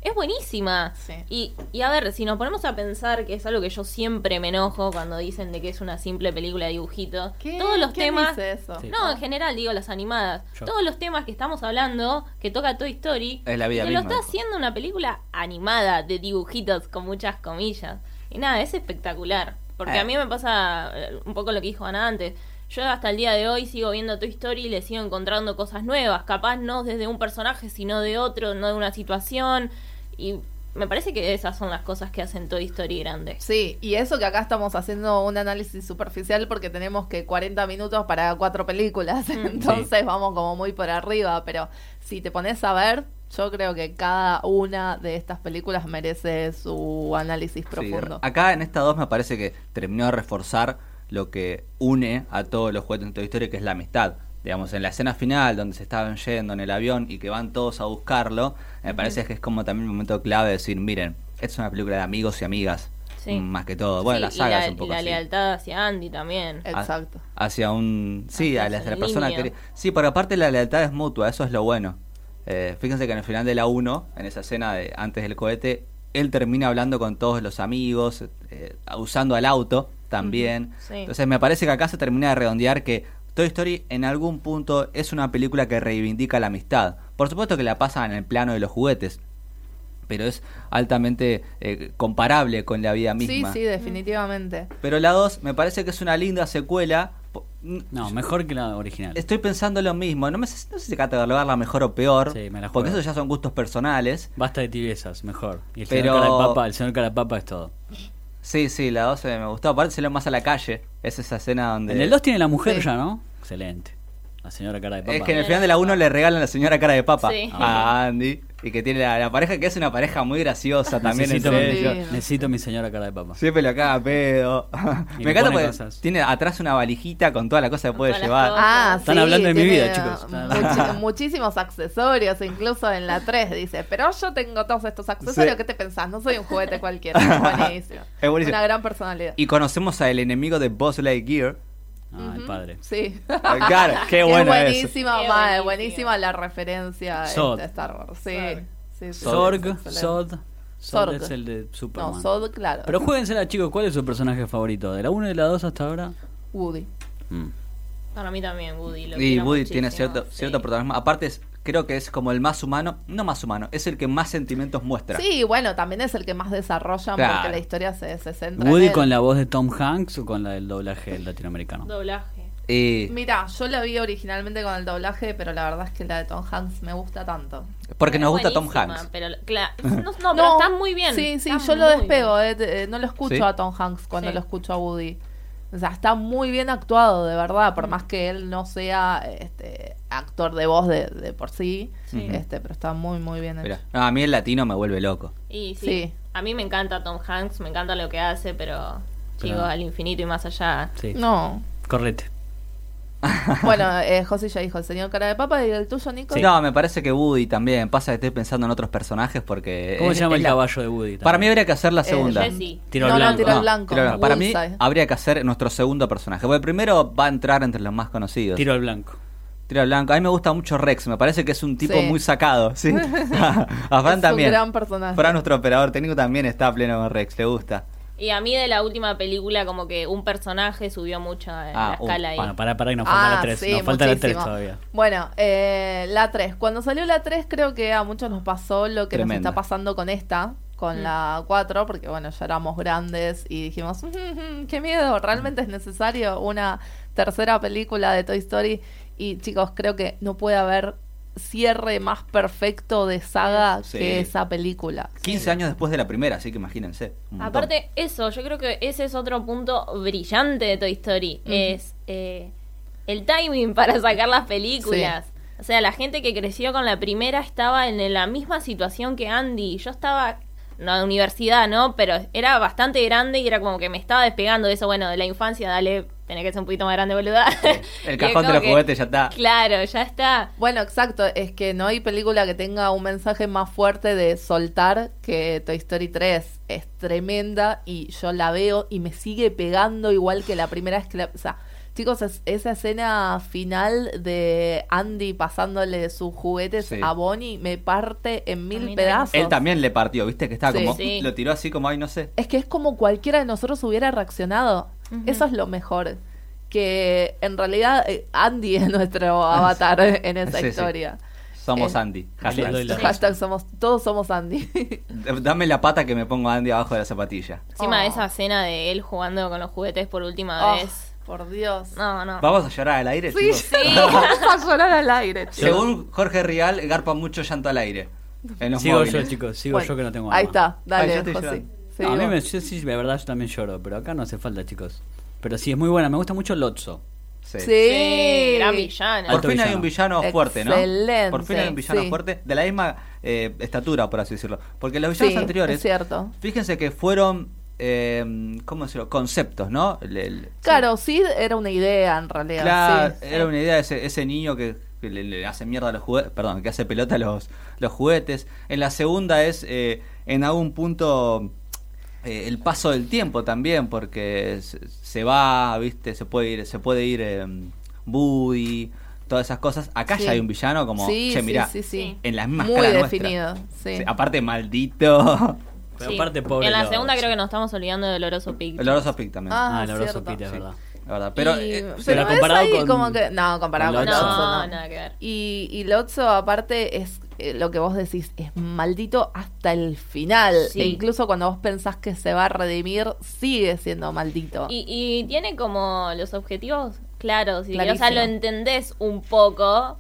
es buenísima.
Sí.
Y, y a ver, si nos ponemos a pensar que es algo que yo siempre me enojo cuando dicen de que es una simple película de dibujito,
¿Qué-
todos los
quién
temas...
dice eso?
Sí.
No, en general digo las animadas.
Yo. Eh,
Todos los temas que estamos hablando, que toca Toy Story,
Es la vida
que
misma,
lo
dijo.
está haciendo una película animada de dibujitos con muchas comillas. Y nada, es espectacular. Porque
Eh.
a mí me pasa eh, un poco lo que dijo Ana antes. Yo hasta el día de hoy sigo viendo Toy Story y le sigo encontrando cosas nuevas. Capaz no desde un personaje, sino de otro, no de una situación. Y me parece que esas son las cosas que hacen Toy Story grande.
Sí, y eso que acá estamos haciendo un análisis superficial porque tenemos que 40 minutos para cuatro
Mm.
películas, entonces vamos como muy por arriba, pero si te pones a ver, yo creo que cada una de estas películas merece su análisis
Sí,
profundo.
acá en esta dos me parece que terminó de reforzar lo que une a todos los juguetes de Toy Story, que es la amistad. Digamos, en la escena final, donde se estaban yendo en el avión y que van todos a buscarlo, me parece que es como también un momento clave de decir, miren, esta es una película de amigos y amigas.
Sí.
más que todo. Bueno,
Sí,
la
y
saga
la,
es un poco
y la
así. Eh.
lealtad hacia Andy también.
A-
Exacto.
hacia un. Sí,
Hacia
a la,
ese
la persona
niño.
que. Sí, pero aparte la lealtad es mutua, eso es lo bueno. Eh, fíjense que en el final de la 1, en esa escena de antes del cohete, él termina hablando con todos los amigos, eh, usando al auto también.
sí.
Entonces me parece que acá se termina de redondear que Toy Story en algún punto es una película que reivindica la amistad. Por supuesto que la pasa en el plano de los juguetes, pero es altamente eh, comparable con la vida misma.
Sí, sí, definitivamente.
Mm.
Pero la 2 me parece que es una linda secuela. Po-
No, mejor que la original.
Estoy pensando lo mismo. No, me, sé- no sé si catalogarla mejor o peor.
Sí, me la
porque
juego.
eso ya son gustos personales.
Basta de tibiezas, mejor. Y el
Pero-
señor Carapapa, el señor Carapapa es todo.
Sí, sí, la 2 me gustó. Aparte se lo más a la calle. Es esa escena donde...
En el 2 tiene la mujer
Sí.
ya, ¿no? Excelente. La señora cara de papa.
Es que en el final de la 1 le regalan a la señora cara de papa
Sí.
a Andy. Y que tiene la, la pareja que es una pareja muy graciosa también
necesito,
entre
Sí.
ellos.
ellos.
necesito mi señora cara de papa.
Siempre lo caga a pedo.
Y
me
le
encanta
pone
porque
cosas.
tiene atrás una valijita con toda la cosa que
Con
puede
todas las
llevar.
cosas.
Ah,
Están
sí,
hablando de mi
tiene,
vida, chicos. Están
muchi-
hablando-
muchísimos accesorios, incluso en la 3 dice, pero yo tengo todos estos accesorios,
Sí.
¿qué te pensás? No soy un juguete cualquiera. Es buenísimo.
Es buenísimo.
Una gran personalidad.
Ah, Y conocemos al enemigo de Buzz Lightyear.
Ay, Ah, padre.
Sí.
Ah,
Claro, qué bueno
es
es.
buenísima,
Qué
madre,
buenísimo.
buenísima la referencia este,
Sod.
de Star Wars. Sí,
Sod.
sí, sí, sí, es
Sorg,
excelente.
Sod. Sod
Sorg.
es el de Superman.
No, Sod, claro.
Pero juéguensela, chicos, ¿cuál es su personaje favorito? ¿De la 1 y de la 2 hasta ahora?
Woody.
Mm.
Para mí también Woody. Lo
Y
quiero
Woody
muchísimo,
tiene cierto,
sí.
cierto protagonismo. Aparte, es- creo que es como el más humano, no más humano, es el que más sentimientos muestra.
Sí, bueno, también es el que más desarrollan
Claro.
porque la historia se, se centra en
¿Woody
él.
con la voz de Tom Hanks o con la del doblaje latinoamericano?
Doblaje.
Y
Mirá, yo la vi originalmente con el doblaje, pero la verdad es que la de Tom Hanks me gusta tanto.
porque
Es
nos gusta Tom
buenísima,
Hanks.
Pero, cla- no, no, pero está muy bien.
Sí, sí,
está
yo lo
muy
despego,
bien.
eh, te- eh, no lo escucho
¿Sí?
a Tom Hanks cuando
Sí.
lo escucho a Woody. O sea, está muy bien actuado, de verdad,
Mm.
por más que él no sea este, actor de voz de, de por sí,
Sí.
este, pero está muy, muy bien hecho.
Mirá. No, a mí el latino me vuelve loco.
Y sí,
Sí.
A mí me encanta Tom Hanks, me encanta lo que hace, pero,
Pero-
digo, al infinito y más allá.
Sí.
No.
Correte.
bueno, eh, José ya dijo, el señor cara de papa y el tuyo, Nico.
No, me parece que Woody también. Pasa que estoy pensando en otros personajes porque.
¿Cómo
Eh, es-
se llama
es
el
la-
caballo de Woody?
Para mí
también?
habría que hacer la
Eh,
segunda.
Jesse.
Tiro
no,
blanco.
no, tiro
No,
blanco.
tiro blanco. Para mí
Bullseye.
habría que hacer nuestro segundo personaje. Bueno, el primero va a entrar entre los más conocidos.
Tiro al blanco.
Tiro al blanco. A mí me gusta mucho Rex. Me parece que es un tipo
Sí.
muy sacado. ¿sí? a
Es
Fran
un
también.
gran personaje.
Fran, nuestro operador técnico, también está a pleno con Rex. Le gusta.
Y a mí de la última película, como que un personaje subió mucho en
Ah,
la
un-
escala ahí.
Bueno, para, para que nos falta
Ah,
la 3.
sí,
nos falta la 3
muchísimo.
todavía.
Bueno, eh, la 3. Cuando salió la 3 creo que a muchos nos pasó lo que
Tremenda.
nos está pasando con esta, con
Mm.
la 4, porque bueno, ya éramos grandes y dijimos, "Mm, mm, qué miedo, realmente es necesario una tercera película de Toy Story. Y chicos, creo que no puede haber cierre más perfecto de saga
Sí.
que esa película.
15 años después de la primera, así que imagínense. un montón.
Aparte, eso, yo creo que ese es otro punto brillante de Toy Story.
Ujú.
Es eh, el timing para sacar las películas. O sea, la gente que creció con la primera estaba en la misma situación que Andy. Yo estaba, no en universidad, ¿no? Pero era bastante grande y era como que me estaba despegando de eso, bueno, de la infancia, dale, tenés que ser un poquito más grande, boluda. Y
el
es
cajón de
como
los
que,
juguetes ya está.
Claro, ya está.
Bueno, exacto, es que no hay película que tenga un mensaje más fuerte de soltar que Toy Story 3. Es tremenda y yo la veo y me sigue pegando igual que la primera vez que la... O sea, chicos, es- esa escena final de Andy pasándole sus juguetes
Sí.
a Bonnie me parte en
A
mil
mí también.
pedazos.
Él también le partió, ¿viste? Que estaba
Sí.
como.
Sí.
Lo tiró así como, ay, no sé.
Es que es como cualquiera de nosotros hubiera reaccionado.
Ujú.
Eso es lo mejor. Que en realidad eh, Andy es nuestro avatar en esa
Sí, sí.
historia.
Somos
Eh,
Andy.
le doy la-
hashtag. Eh,
Sí.
Hashtag somos, todos somos Andy.
Dame la pata que me pongo a Andy abajo de la zapatilla.
Encima de
Oh.
esa escena de él jugando con los juguetes por última
Oh,
vez.
por Dios.
No, no.
Vamos a llorar al aire,
Sí,
chicos?
sí. Vamos a llorar al aire, chicos.
Según Jorge Rial, garpa mucho llanto al aire. En los
Sigo
móviles.
yo, chicos. Sigo
Bueno,
yo que no tengo
Ahí
alma.
está, dale,
Ay, yo estoy
José.
llorando.
Sí,
No, a mí
vos.
me, yo sí, de verdad, yo también lloro, pero acá no hace falta, chicos. Pero sí, es muy buena. Me gusta mucho Lotso.
Sí.
Sí.
gran villano.
Por
Alto
fin hay
villano.
un villano fuerte, ¿no?
Excelente,
Por fin hay un villano
sí.
fuerte de la misma eh, estatura, por así decirlo. Porque los villanos
Sí,
anteriores,
Es cierto.
fíjense que fueron, eh, ¿cómo decirlo? Conceptos, ¿no? El- el-
Claro, Sid era una idea en realidad.
Claro,
sí.
era una idea ese, ese niño que, que le, le hace mierda a los juguetes, perdón, que hace pelota a los, los juguetes. En la segunda es, eh, en algún punto, eh, el paso del tiempo también, porque se, se va, viste, se puede ir, se puede ir eh, Woody, todas esas cosas. Acá
Sí.
ya hay un villano como,
sí,
che,
sí,
mirá,
sí, sí.
en las mismas
Muy
caras nuestra.
definido. Sí.
Sí, Aparte, maldito.
Pero
Sí.
aparte, pobre.
En la
los-
segunda creo que nos estamos olvidando del Oroso Pig.
El Oroso Pig también.
Ah,
Ah, el oroso
cierto.
Pita, es
Sí.
verdad.
La verdad. Pero,
Y-
eh,
pero
ves
comparado
ahí
con-
como que- no, comparado
con
con
No,
Lotso.
Lotso, no.
nada que ver.
Y, y Lotso, aparte, es eh, lo que vos decís, es maldito hasta el final.
Sí.
E incluso cuando vos pensás que se va a redimir, sigue siendo maldito.
Y, y tiene como los objetivos claros. Y, o sea,
Clarísimo.
lo entendés un poco.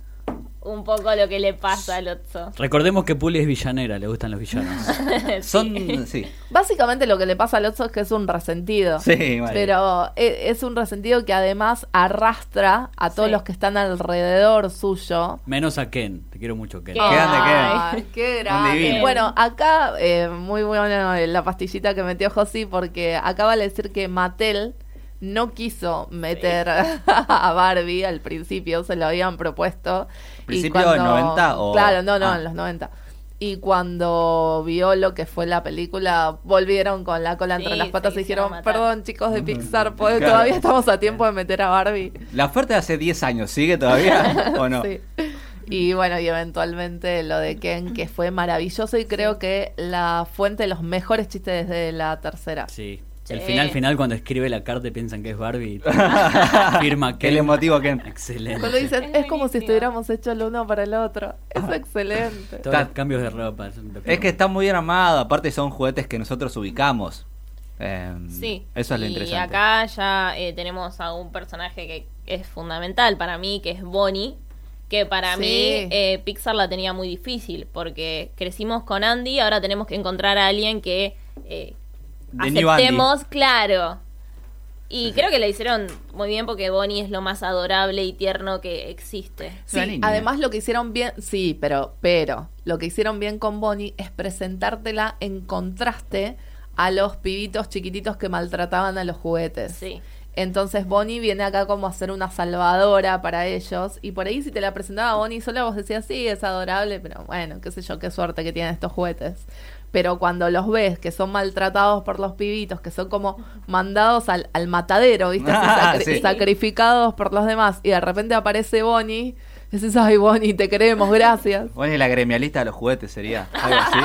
Un poco lo que le pasa al Lotso.
Recordemos que Puli es villanera, le gustan los villanos.
son. Sí.
Básicamente lo que le pasa a Lotso es que es un resentido.
Sí, vale.
Pero e- es un resentido que además arrastra a todos
Sí.
los que están alrededor suyo.
Menos a Ken, te quiero mucho, Ken.
Ken.
grande,
Ay,
Ken.
qué
Un
grande.
divino.
Bueno, acá, eh, muy buena la pastillita que metió Josi, porque acaba de decir que Mattel no quiso meter a Barbie al principio, se lo habían propuesto. Y
¿Principio del 90 o-
Claro, no, no,
Ah.
en los 90. Y cuando vio lo que fue la película, volvieron con la cola entre
Sí,
las patas
se
y dijeron,
hicieron matar.
perdón chicos de Pixar, ¿pod-
Claro.
todavía estamos a tiempo de meter a Barbie.
La oferta de hace 10 años, ¿sigue todavía o no?
Sí. Y bueno, y eventualmente lo de Ken, que fue maravilloso y creo que la fuente de los mejores chistes desde la tercera.
Sí.
Sí.
El final final cuando escribe la carta y piensan que es Barbie. firma
Que
Ken.
le motivo Ken.
Excelente.
Cuando dicen,
Es
es, como si
buenísimo.
estuviéramos hecho el uno para el otro. Es excelente.
Todos los cambios de ropa. es lo
Es que está muy bien armado, aparte son juguetes que nosotros ubicamos. Eh,
Sí.
Eso es lo
Y
interesante.
acá ya eh, tenemos a un personaje que es fundamental para mí, que es Bonnie. Que para
Sí.
mí eh, Pixar la tenía muy difícil, porque crecimos con Andy, ahora tenemos que encontrar a alguien que eh,
De New Andy.
aceptemos, claro. Y creo que la hicieron muy bien porque Bonnie es lo más adorable y tierno que existe.
Es una
Sí,
niña.
además lo que hicieron bien, sí, pero, pero, lo que hicieron bien con Bonnie es presentártela en contraste a los pibitos chiquititos que maltrataban a los juguetes.
Sí.
Entonces Bonnie viene acá como a ser una salvadora para ellos. Y por ahí si te la presentaba Bonnie sola vos decías, sí, es adorable, pero bueno, qué sé yo, qué suerte que tienen estos juguetes. Pero cuando los ves que son maltratados por los pibitos, que son como mandados al, al matadero, ¿viste? Así
Ah,
sacri-
sí.
Sacrificados por los demás. Y de repente aparece Bonnie, dices, ay Bonnie, te queremos, gracias.
Bonnie es la gremialista de los juguetes, sería. Algo así.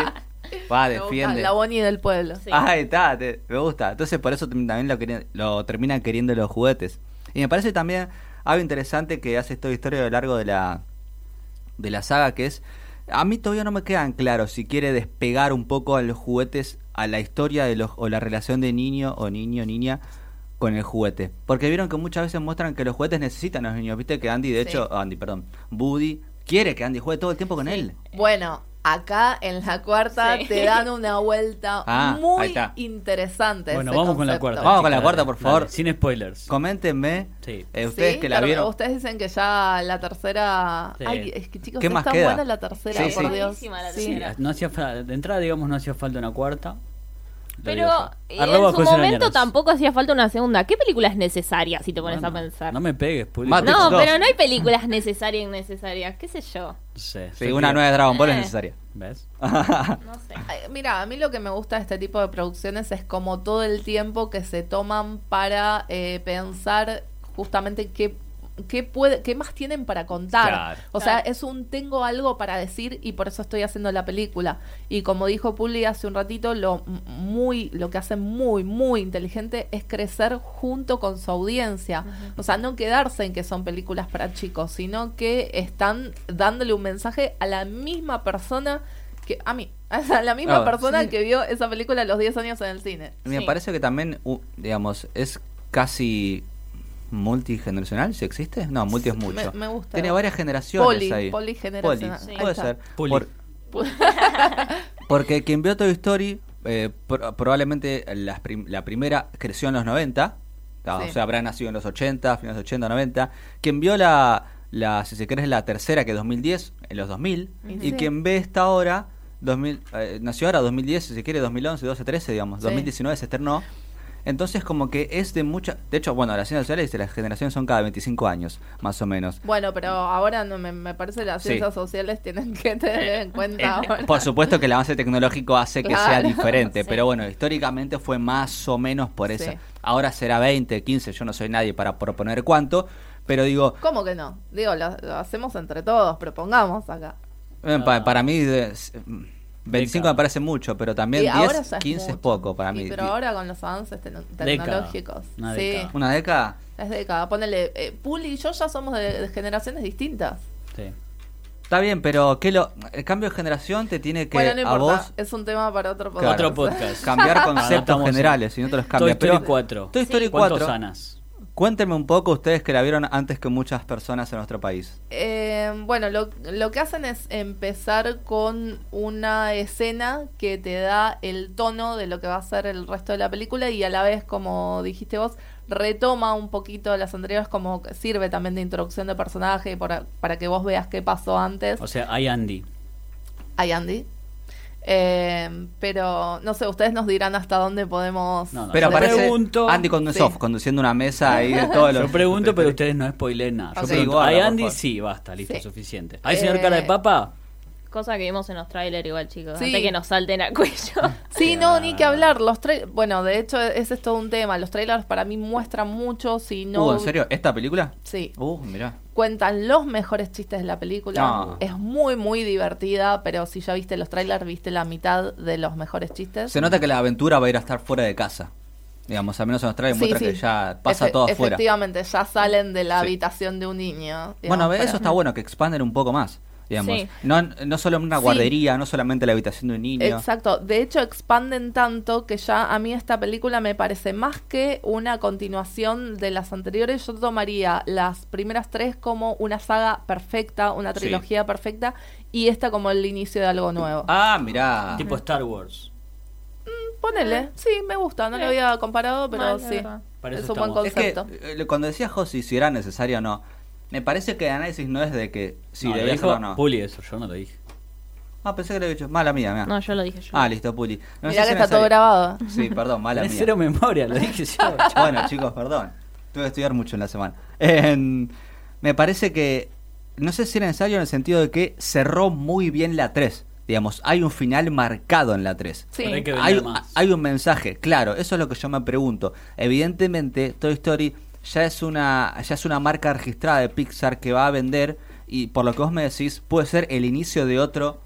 Va,
Me gusta
defiende.
La Bonnie del pueblo.
Sí.
Ah, Ahí está, te- me gusta. Entonces por eso tam- también lo, querían- lo terminan queriendo los juguetes. Y me parece también algo interesante que hace esta historia a lo largo de la, de la saga, que es, a mí todavía no me quedan claros si quiere despegar un poco a los juguetes, a la historia de los, o la relación de niño o niño, niña con el juguete. Porque vieron que muchas veces muestran que los juguetes necesitan a los niños. Viste que Andy, de
Sí.
hecho, ah, Andy, perdón, Woody quiere que Andy juegue todo el tiempo con él.
Bueno, acá en la cuarta
Sí.
te dan una vuelta
Ah, ahí
muy
está.
interesante.
Bueno,
ese
vamos con la cuarta.
concepto.
Ah,
Vamos con la
chicas,
cuarta,
dale,
por favor.
dale, Sin spoilers.
Coméntenme,
Sí.
eh, ustedes
Sí,
que la
pero
vieron.
Ustedes dicen que ya la tercera.
Sí.
Ay, es que chicos,
¿Qué
es
más
tan
queda?
buena la tercera,
Sí,
por
sí.
Dios.
Buenísima la
Sí.
tercera.
No hacía fa- de entrada, digamos, no hacía falta una cuarta. Lo digo
Pero eh,
yo.
en
Arroba
su
José
momento
Arañanos.
tampoco hacía falta una segunda. ¿Qué película es necesaria si te pones
Bueno,
a pensar?
No
No,
me pegues, Puli.
Mate. Matrix dos.
pero no hay películas necesarias e innecesarias. ¿Qué sé yo?
No sé,
Sí,
yo
una
creo-
nueva de Dragon Ball es
Eh.
necesaria.
¿Ves? Ah.
No sé.
Ay, Mira, a mí lo que me gusta de este tipo de producciones es como todo el tiempo que se toman para eh, pensar justamente qué, qué, puede, qué más tienen para contar.
Claro.
O sea,
Claro.
es un tengo algo para decir y por eso estoy haciendo la película. Y como dijo Puli hace un ratito, lo, m- muy, lo que hace muy, muy inteligente es crecer junto con su audiencia. O sea, no quedarse en que son películas para chicos, sino que están dándole un mensaje a la misma persona que a mí, a la misma
Ah,
persona
sí.
que vio esa película a los 10 años en el cine.
Me
Sí.
parece que también, u- digamos, es casi multigeneracional, si existe. No, multi es
Me-
mucho.
Me, gusta.
Tiene varias generaciones
Poli,
ahí.
poligeneracional.
Poli,
Ahí
puede
está.
ser.
Poli.
Por- porque quien vio Toy Story, eh, pro- probablemente las prim- la primera creció en los 90. ta,
Sí.
O sea, habrá nacido en los 80, finales de 80, 90. Quien vio la, la, si se quiere, es la tercera, que es 2010, en los 2000.
Y
Y
sí.
quien ve esta ahora, 2000, eh, nació ahora 2010, si se quiere, 2011, 12, 13, digamos.
Sí.
2019 se estrenó. Entonces como que es de mucha... De hecho, bueno, las ciencias sociales y las generaciones son cada 25 años, más o menos.
Bueno, pero ahora no, me, me parece las
Sí.
ciencias sociales tienen que tener en cuenta ahora.
Eh, Por supuesto que el avance tecnológico hace que sea
Claro,
diferente,
sí.
pero bueno, históricamente fue más o menos por eso.
Sí.
Ahora será 20, 15, yo no soy nadie para proponer cuánto, pero digo,
¿Cómo que no? Digo, lo, lo hacemos entre todos, propongamos acá.
eh,
Ah.
pa- para mí de- s- 25
Década.
me parece mucho, pero también
Y
10,
ya es
15 es
mucho.
poco para mí.
Y pero ahora con los avances tecno-
Década.
tecnológicos.
Una
sí,
década.
¿Una década?
es década. Ponele, eh, Puli y yo ya somos de, de generaciones distintas.
Sí.
Está bien, pero ¿qué lo, el cambio de generación te tiene que
bueno, no
a
importa,
vos
es un tema para otro
Claro.
podcast.
Otro podcast.
cambiar
Ahora
conceptos
estamos en-
generales y no te los
Toy
cambias.
Story
pero
4.
Toy Story
¿Cuántos
4.
sanas?
Cuéntenme un poco ustedes que la vieron antes que muchas personas en nuestro país.
Eh, bueno, lo, lo que hacen es empezar con una escena que te da el tono de lo que va a ser el resto de la película y a la vez, como dijiste vos, retoma un poquito las anteriores como que sirve también de introducción de personaje para, para que vos veas qué pasó antes.
O sea, hay Andy.
Ay, Andy. Eh, pero no sé, ustedes nos dirán hasta dónde podemos...
No, no,
Pero
yo
aparece
pregunto-
Andy Condensov
Sí.
conduciendo una mesa ahí de todos los...
Yo pregunto, pero ustedes no spoileen nada. Yo
Ok.
pregunto,
Guarda,
¿hay
por
Andy?
favor.
Sí, basta, listo,
Sí.
suficiente. ¿Hay
Eh,
señor cara de papa?
Cosa que vimos en los trailers igual, chicos.
Sí.
Antes que nos salten al cuello.
Sí, no, ni que
Ah.
hablar. Los tra- bueno, de hecho, ese es todo un tema. Los trailers para mí muestran mucho. Si no.
Uh, ¿en serio? ¿Esta película?
Sí.
Uh, mirá.
Cuentan los mejores chistes de la película.
Ah.
Es muy, muy divertida, pero si ya viste los trailers, viste la mitad de los mejores chistes.
Se nota que la aventura va a ir a estar fuera de casa. Digamos, al menos en Australia
Sí,
muestra
sí.
que ya pasa
Efe-
todo afuera.
Efectivamente, ya salen de la
Sí.
habitación de un niño. digamos,
Bueno,
pero-
eso está bueno, que expanden un poco más. Digamos.
Sí.
No, no solo en una
Sí.
guardería, no solamente la habitación de un niño.
Exacto, de hecho expanden tanto que ya a mí esta película me parece más que una continuación de las anteriores. Yo tomaría las primeras tres como una saga perfecta, una
Sí.
trilogía perfecta y esta como el inicio de algo nuevo.
Ah, mirá.
Tipo
Mm,
Star Wars.
Ponele, sí, me gusta, no lo había comparado, pero
Ah. Mal, la
sí.
verdad.
Para
Es
eso
un buen
estamos.
Es que
concepto.
eh, cuando decía José si era necesario o no, me parece que el análisis no es de que si
No, lo
debía
dijo
hacerlo o no.
Puli eso, yo no lo dije.
Ah, pensé que lo había dicho. Mala mía, mira.
No, yo lo dije yo.
Ah, listo, Puli. No
Mirá
sé
que
si
está todo
necesario.
grabado.
Sí, perdón, mala
Tenés
mía.
cero memoria, lo dije yo.
Bueno, chicos, perdón. Tuve que estudiar mucho en la semana. En- me parece que. No sé si era necesario en el sentido de que cerró muy bien la 3. Digamos, hay un final marcado en la 3.
Sí.
Pero hay que
Hay,
vender más.
hay un mensaje, claro, eso es lo que yo me pregunto. Evidentemente, Toy Story ya es una, ya es una marca registrada de Pixar que va a vender, y por lo que vos me decís, puede ser el inicio de otro,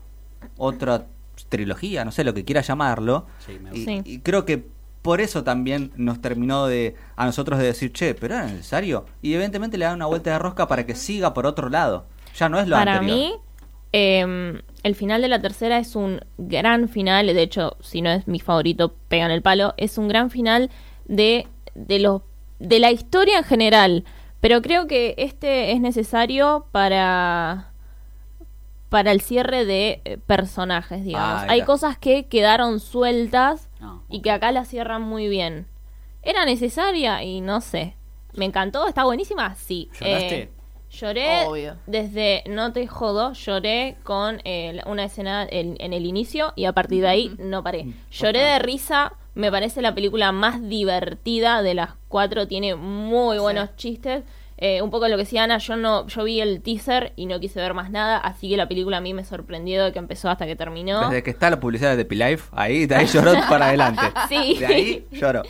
otra trilogía, no sé lo que quiera llamarlo.
Sí, me
y,
gusta. Sí.
y creo que por eso también nos terminó de, a nosotros de decir, che, pero era necesario. Y evidentemente le dan una vuelta de rosca para que siga por otro lado. Ya no es lo
Para
anterior.
mí, eh, el final de la tercera es un gran final. De hecho, si no es mi favorito, pegan el palo. Es un gran final de, de, los, de la historia en general. Pero creo que este es necesario para para el cierre de eh, personajes, digamos.
Ah, ahí
Hay
está.
cosas que quedaron sueltas
Ah.
y que acá las cierran muy bien. ¿Era necesaria? Y no sé. ¿Me encantó? ¿Está buenísima? Sí.
¿Lloraste?
Eh, Lloré
Obvio.
desde No te jodo, lloré con eh, una escena en, en el inicio y a partir de ahí
Mm.
no paré. Lloré de risa, me parece la película más divertida de las cuatro, tiene muy buenos chistes. Eh, un poco lo que decía Ana, yo no, yo vi el teaser y no quise ver más nada, así que la película a mí me sorprendió de que empezó hasta que terminó.
Desde que está la publicidad de P-Life, ahí, de ahí lloró para adelante.
Sí.
De ahí lloró.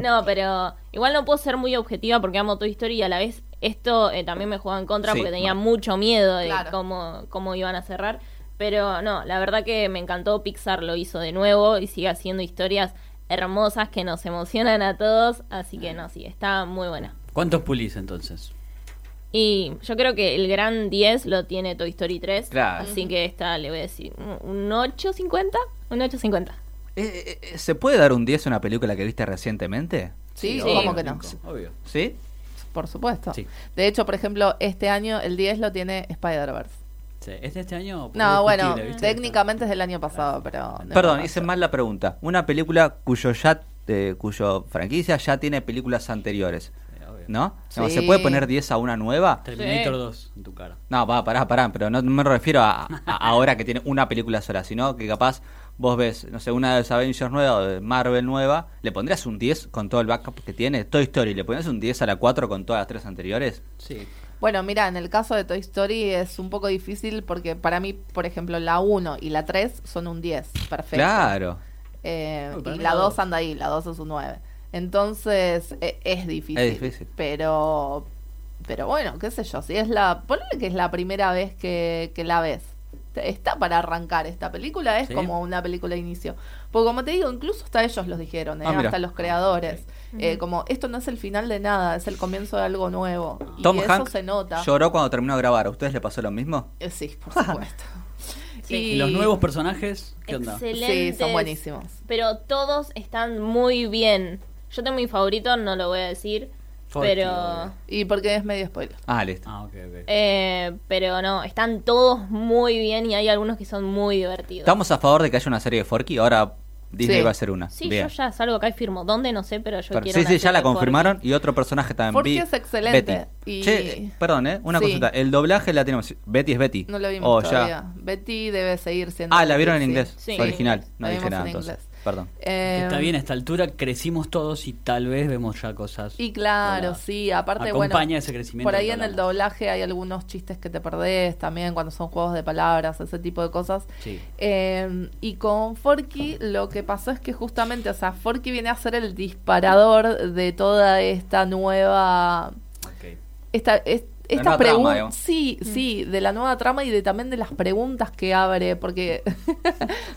No, pero igual no puedo ser muy objetiva porque amo tu historia y a la vez esto eh, también me jugaba en contra
Sí,
porque tenía
no.
mucho miedo de
Claro.
cómo, cómo iban a cerrar. Pero no, la verdad que me encantó. Pixar lo hizo de nuevo y sigue haciendo historias hermosas que nos emocionan a todos. Así que no, sí, está muy buena.
¿Cuántos pulis entonces?
Y yo creo que el gran 10 lo tiene Toy Story 3.
Claro.
Así que esta le voy a decir un- un 8.50. Un 8.50.
Eh, eh, eh, ¿Se puede dar un 10 a una película que viste recientemente?
Sí,
Sí.
¿cómo que no?
Obvio.
¿Sí?
Por supuesto.
Sí.
De hecho, por ejemplo, este año el 10 lo tiene Spider-Verse.
Sí, ¿Es de este año?
No, bueno,
Discutible, ¿viste?
técnicamente es del año pasado, pero... no
Perdón,
importa.
hice mal la pregunta. Una película cuyo ya eh, cuyo franquicia ya tiene películas anteriores,
Sí, obvio.
¿no?
Sí.
No, ¿Se puede poner 10 a una nueva?
Terminator
Sí.
2 en tu cara.
No, va, pará, pará, pero no me refiero a, a ahora que tiene una película sola, sino que capaz vos ves, no sé, una de las Avengers nueva o de Marvel nueva, ¿le pondrías un 10 con todo el backup que tiene? Toy Story, ¿le pondrías un 10 a la 4 con todas las tres anteriores?
Sí.
Bueno, mira, en el caso de Toy Story es un poco difícil porque para mí, por ejemplo, la 1 y la 3 son un 10, perfecto.
Claro.
Eh,
Uy, para
y
mí
la
la
2
dos.
anda ahí, la 2 es un 9. Entonces, e- es difícil.
Es difícil.
Pero, pero bueno, qué sé yo, si es la... Ponle que es la primera vez que, que la ves. Te- Está para arrancar esta película, es
Sí.
como una película de inicio. Porque como te digo, incluso hasta ellos los dijeron, ¿eh?
Ah, mira.
hasta los creadores. Eh,
Ujú.
como, esto no es el final de nada, es el comienzo de algo nuevo. Y
Tom
eso
Hanks
se nota.
lloró cuando terminó de grabar. ¿A ustedes le pasó lo mismo?
Eh, Sí, por supuesto.
Sí.
¿Y los nuevos personajes? ¿Qué onda?
Sí,
Excelentes.
son buenísimos.
Pero todos están muy bien. Yo tengo mi favorito, no lo voy a decir.
Forky,
Pero,
obvio.
Y porque es medio spoiler.
Ah, listo.
Ah, ok, ok.
eh, pero no, están todos muy bien y hay algunos que son muy divertidos.
¿Estamos a favor de que haya una serie de Forky? Ahora Disney
Sí.
va a hacer una.
Sí,
Bien.
yo ya salgo acá y firmo. ¿Dónde? No sé, pero yo
Pero-
quiero.
sí,
una
sí, ya
serie
la
de Forky.
confirmaron y otro personaje también.
Forky
vi-
es excelente,
Betty.
y-
Che, perdón, ¿eh? Una
Sí.
consulta. El doblaje latino. Betty es Betty.
No lo vimos
Oh, ya.
todavía. Betty debe seguir siendo.
Ah, la vieron en
Betty,
inglés.
sí.
Sí.
Original. No
La
dije
vimos
nada
en
entonces.
inglés.
Perdón.
Eh,
Está bien, a esta altura crecimos todos y tal vez vemos ya cosas.
Y claro,
Hola.
sí, aparte,
Acompaña
bueno.
ese crecimiento.
Por ahí
de
en el
palabras.
doblaje hay algunos chistes que te perdés también cuando son juegos de palabras, ese tipo de cosas.
Sí.
Eh, y con Forky lo que pasó es que justamente, o sea, Forky viene a ser el disparador de toda esta nueva
Ok.
esta, es-
La nueva
estas
trama,
preguntas
digamos.
sí
Mm.
sí de la nueva trama y de también de las preguntas que abre porque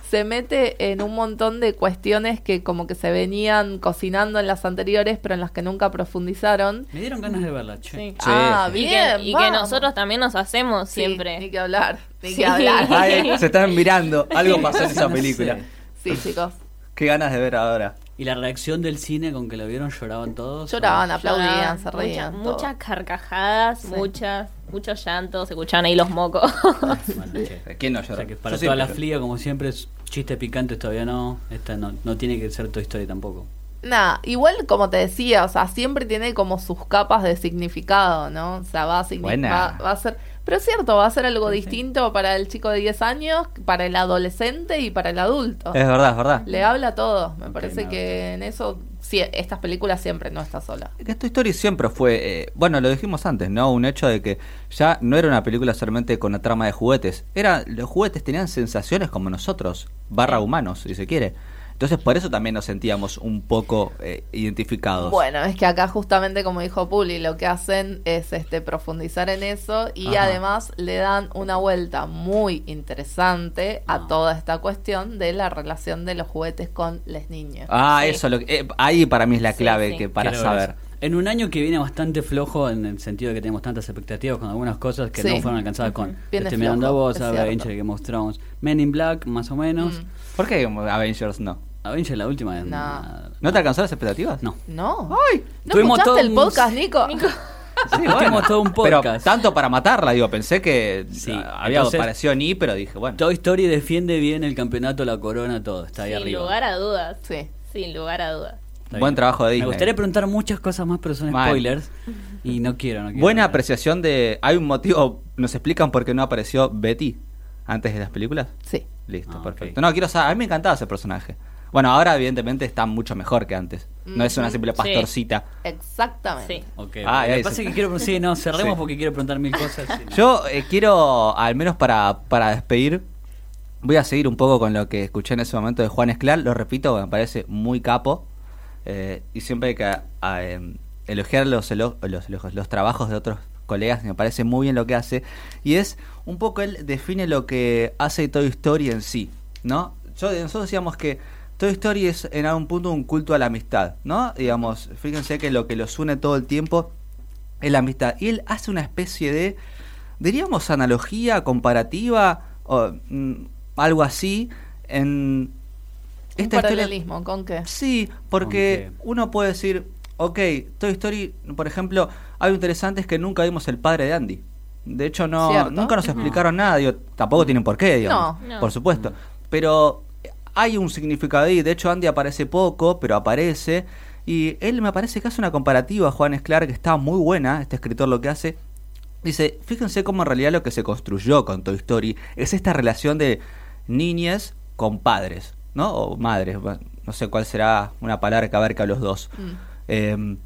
se mete en un montón de cuestiones que como que se venían cocinando en las anteriores pero en las que nunca profundizaron
Me dieron ganas de verla, che.
Sí.
Sí,
ah
sí.
Y
bien
que, y que
vamos.
nosotros también nos hacemos
Sí,
siempre.
ni que hablar ni
Sí.
que hablar
Ay, se están mirando. Algo pasó en esa
No
película.
sé.
sí chicos
Qué ganas de ver ahora.
¿Y la reacción del cine con que lo vieron? ¿Lloraban todos? Ah,
lloraban
Lloraban,
aplaudían se reían
mucha-
todo.
Muchas carcajadas,
Sí.
muchas, muchos llantos, se escuchaban ahí los mocos.
Bueno, che.
¿Quién no
O
llora?
sea que para
Yo
toda
siempre
la
lloro.
fliga, como siempre, es chistes picantes todavía no. Esta no, no tiene que ser tu historia tampoco.
Nada, igual como te decía, o sea, siempre tiene como sus capas de significado, ¿no? O sea, va a, signi-
Buena.
va, va a ser... Pero es cierto, va a ser algo distinto para el chico de 10 años, para el adolescente y para el adulto.
Es verdad, es verdad.
Le habla a todos, me
Ok,
parece
me
que en eso, sí, estas películas siempre no está sola.
Que Toy Story siempre fue, eh, bueno, lo dijimos antes, ¿no? Un hecho de que ya no era una película solamente con la trama de juguetes. Era, los juguetes tenían sensaciones como nosotros, barra humanos, si se quiere. Entonces por eso también nos sentíamos un poco eh, identificados.
Bueno, es que acá justamente como dijo Puli, lo que hacen es este profundizar en eso y
Ajá.
además le dan una vuelta muy interesante a
Ah.
toda esta cuestión de la relación de los juguetes con las niñas.
Ah,
Sí.
eso, lo que- eh, ahí para mí es la
Sí,
clave
sí.
que para
Quiero ver
saber.
eso. En un año que viene bastante flojo, en el sentido de que tenemos tantas expectativas con algunas cosas que
Sí.
no fueron alcanzadas con
Viene
Estoy mirando a
flojo,
vos,
es
a
cierto.
Avenger que mostramos. Men in Black, más o menos.
Mm.
¿Por qué Avengers no?
Avenger la última.
No.
nada.
¿No te alcanzó las expectativas?
No.
No.
¡Ay!
¿No
Tuvimos
escuchaste
todo
el
un-
podcast, Nico?
Sí, bueno.
Hicimos todo un
Pero
podcast.
tanto para matarla, digo, pensé que
Sí,
ah, había
entonces-
aparecido ni, pero dije, bueno.
Toy Story defiende bien el campeonato, la corona, todo. Está ahí
Sin
arriba.
lugar a dudas.
Sí.
Sin lugar a dudas.
Está
Buen
bien.
trabajo de
Me
Disney.
gustaría preguntar muchas cosas más, pero son
Mal.
spoilers. Y no quiero, no quiero.
Buena apreciación de... ¿Hay un motivo? ¿Nos explican por qué no apareció Betty antes de las películas?
Sí.
Listo,
Ah,
perfecto.
ok.
No, quiero saber... A mí me encantaba ese personaje. Bueno, ahora evidentemente está mucho mejor que antes. No es una simple
Sí.
pastorcita.
Exactamente.
Sí.
Ok,
Ah,
lo
ahí
que pasa
se-
es que quiero. Sí, no, cerremos
Sí.
porque quiero preguntar mil cosas. y no.
Yo eh, quiero, al menos para, para despedir, voy a seguir un poco con lo que escuché en ese momento de Juan Esclal. Lo repito, me parece muy capo. eh, y siempre hay que a, em, elogiar los, elo- los, los, los trabajos de otros colegas. y Me parece muy bien lo que hace. Y es un poco él define lo que hace Toy Story en sí. ¿no? Yo, nosotros decíamos que Toy Story es en algún punto un culto a la amistad. ¿no? Digamos, fíjense que lo que los une todo el tiempo es la amistad. Y él hace una especie de, diríamos, analogía comparativa o mm, algo así en
Un
esta historia.
paralelismo, ¿con qué?
Sí, porque
Aunque-
uno puede decir, ok, Toy Story, por ejemplo, algo interesante es que nunca vimos el padre de Andy. De hecho, no,
Cierto.
nunca nos
Ujú.
explicaron nada, digo, tampoco tienen por qué, digamos,
No. No.
por supuesto. Pero hay un significado ahí, de hecho Andy aparece poco, pero aparece. Y él me parece que hace una comparativa, Juan Esclar, que está muy buena, este escritor lo que hace, Dice, fíjense cómo en realidad lo que se construyó con Toy Story es esta relación de niñez compadres, ¿no? O madres, bueno, no sé cuál será una palabra que abarca a los dos.
Mm.
Eh,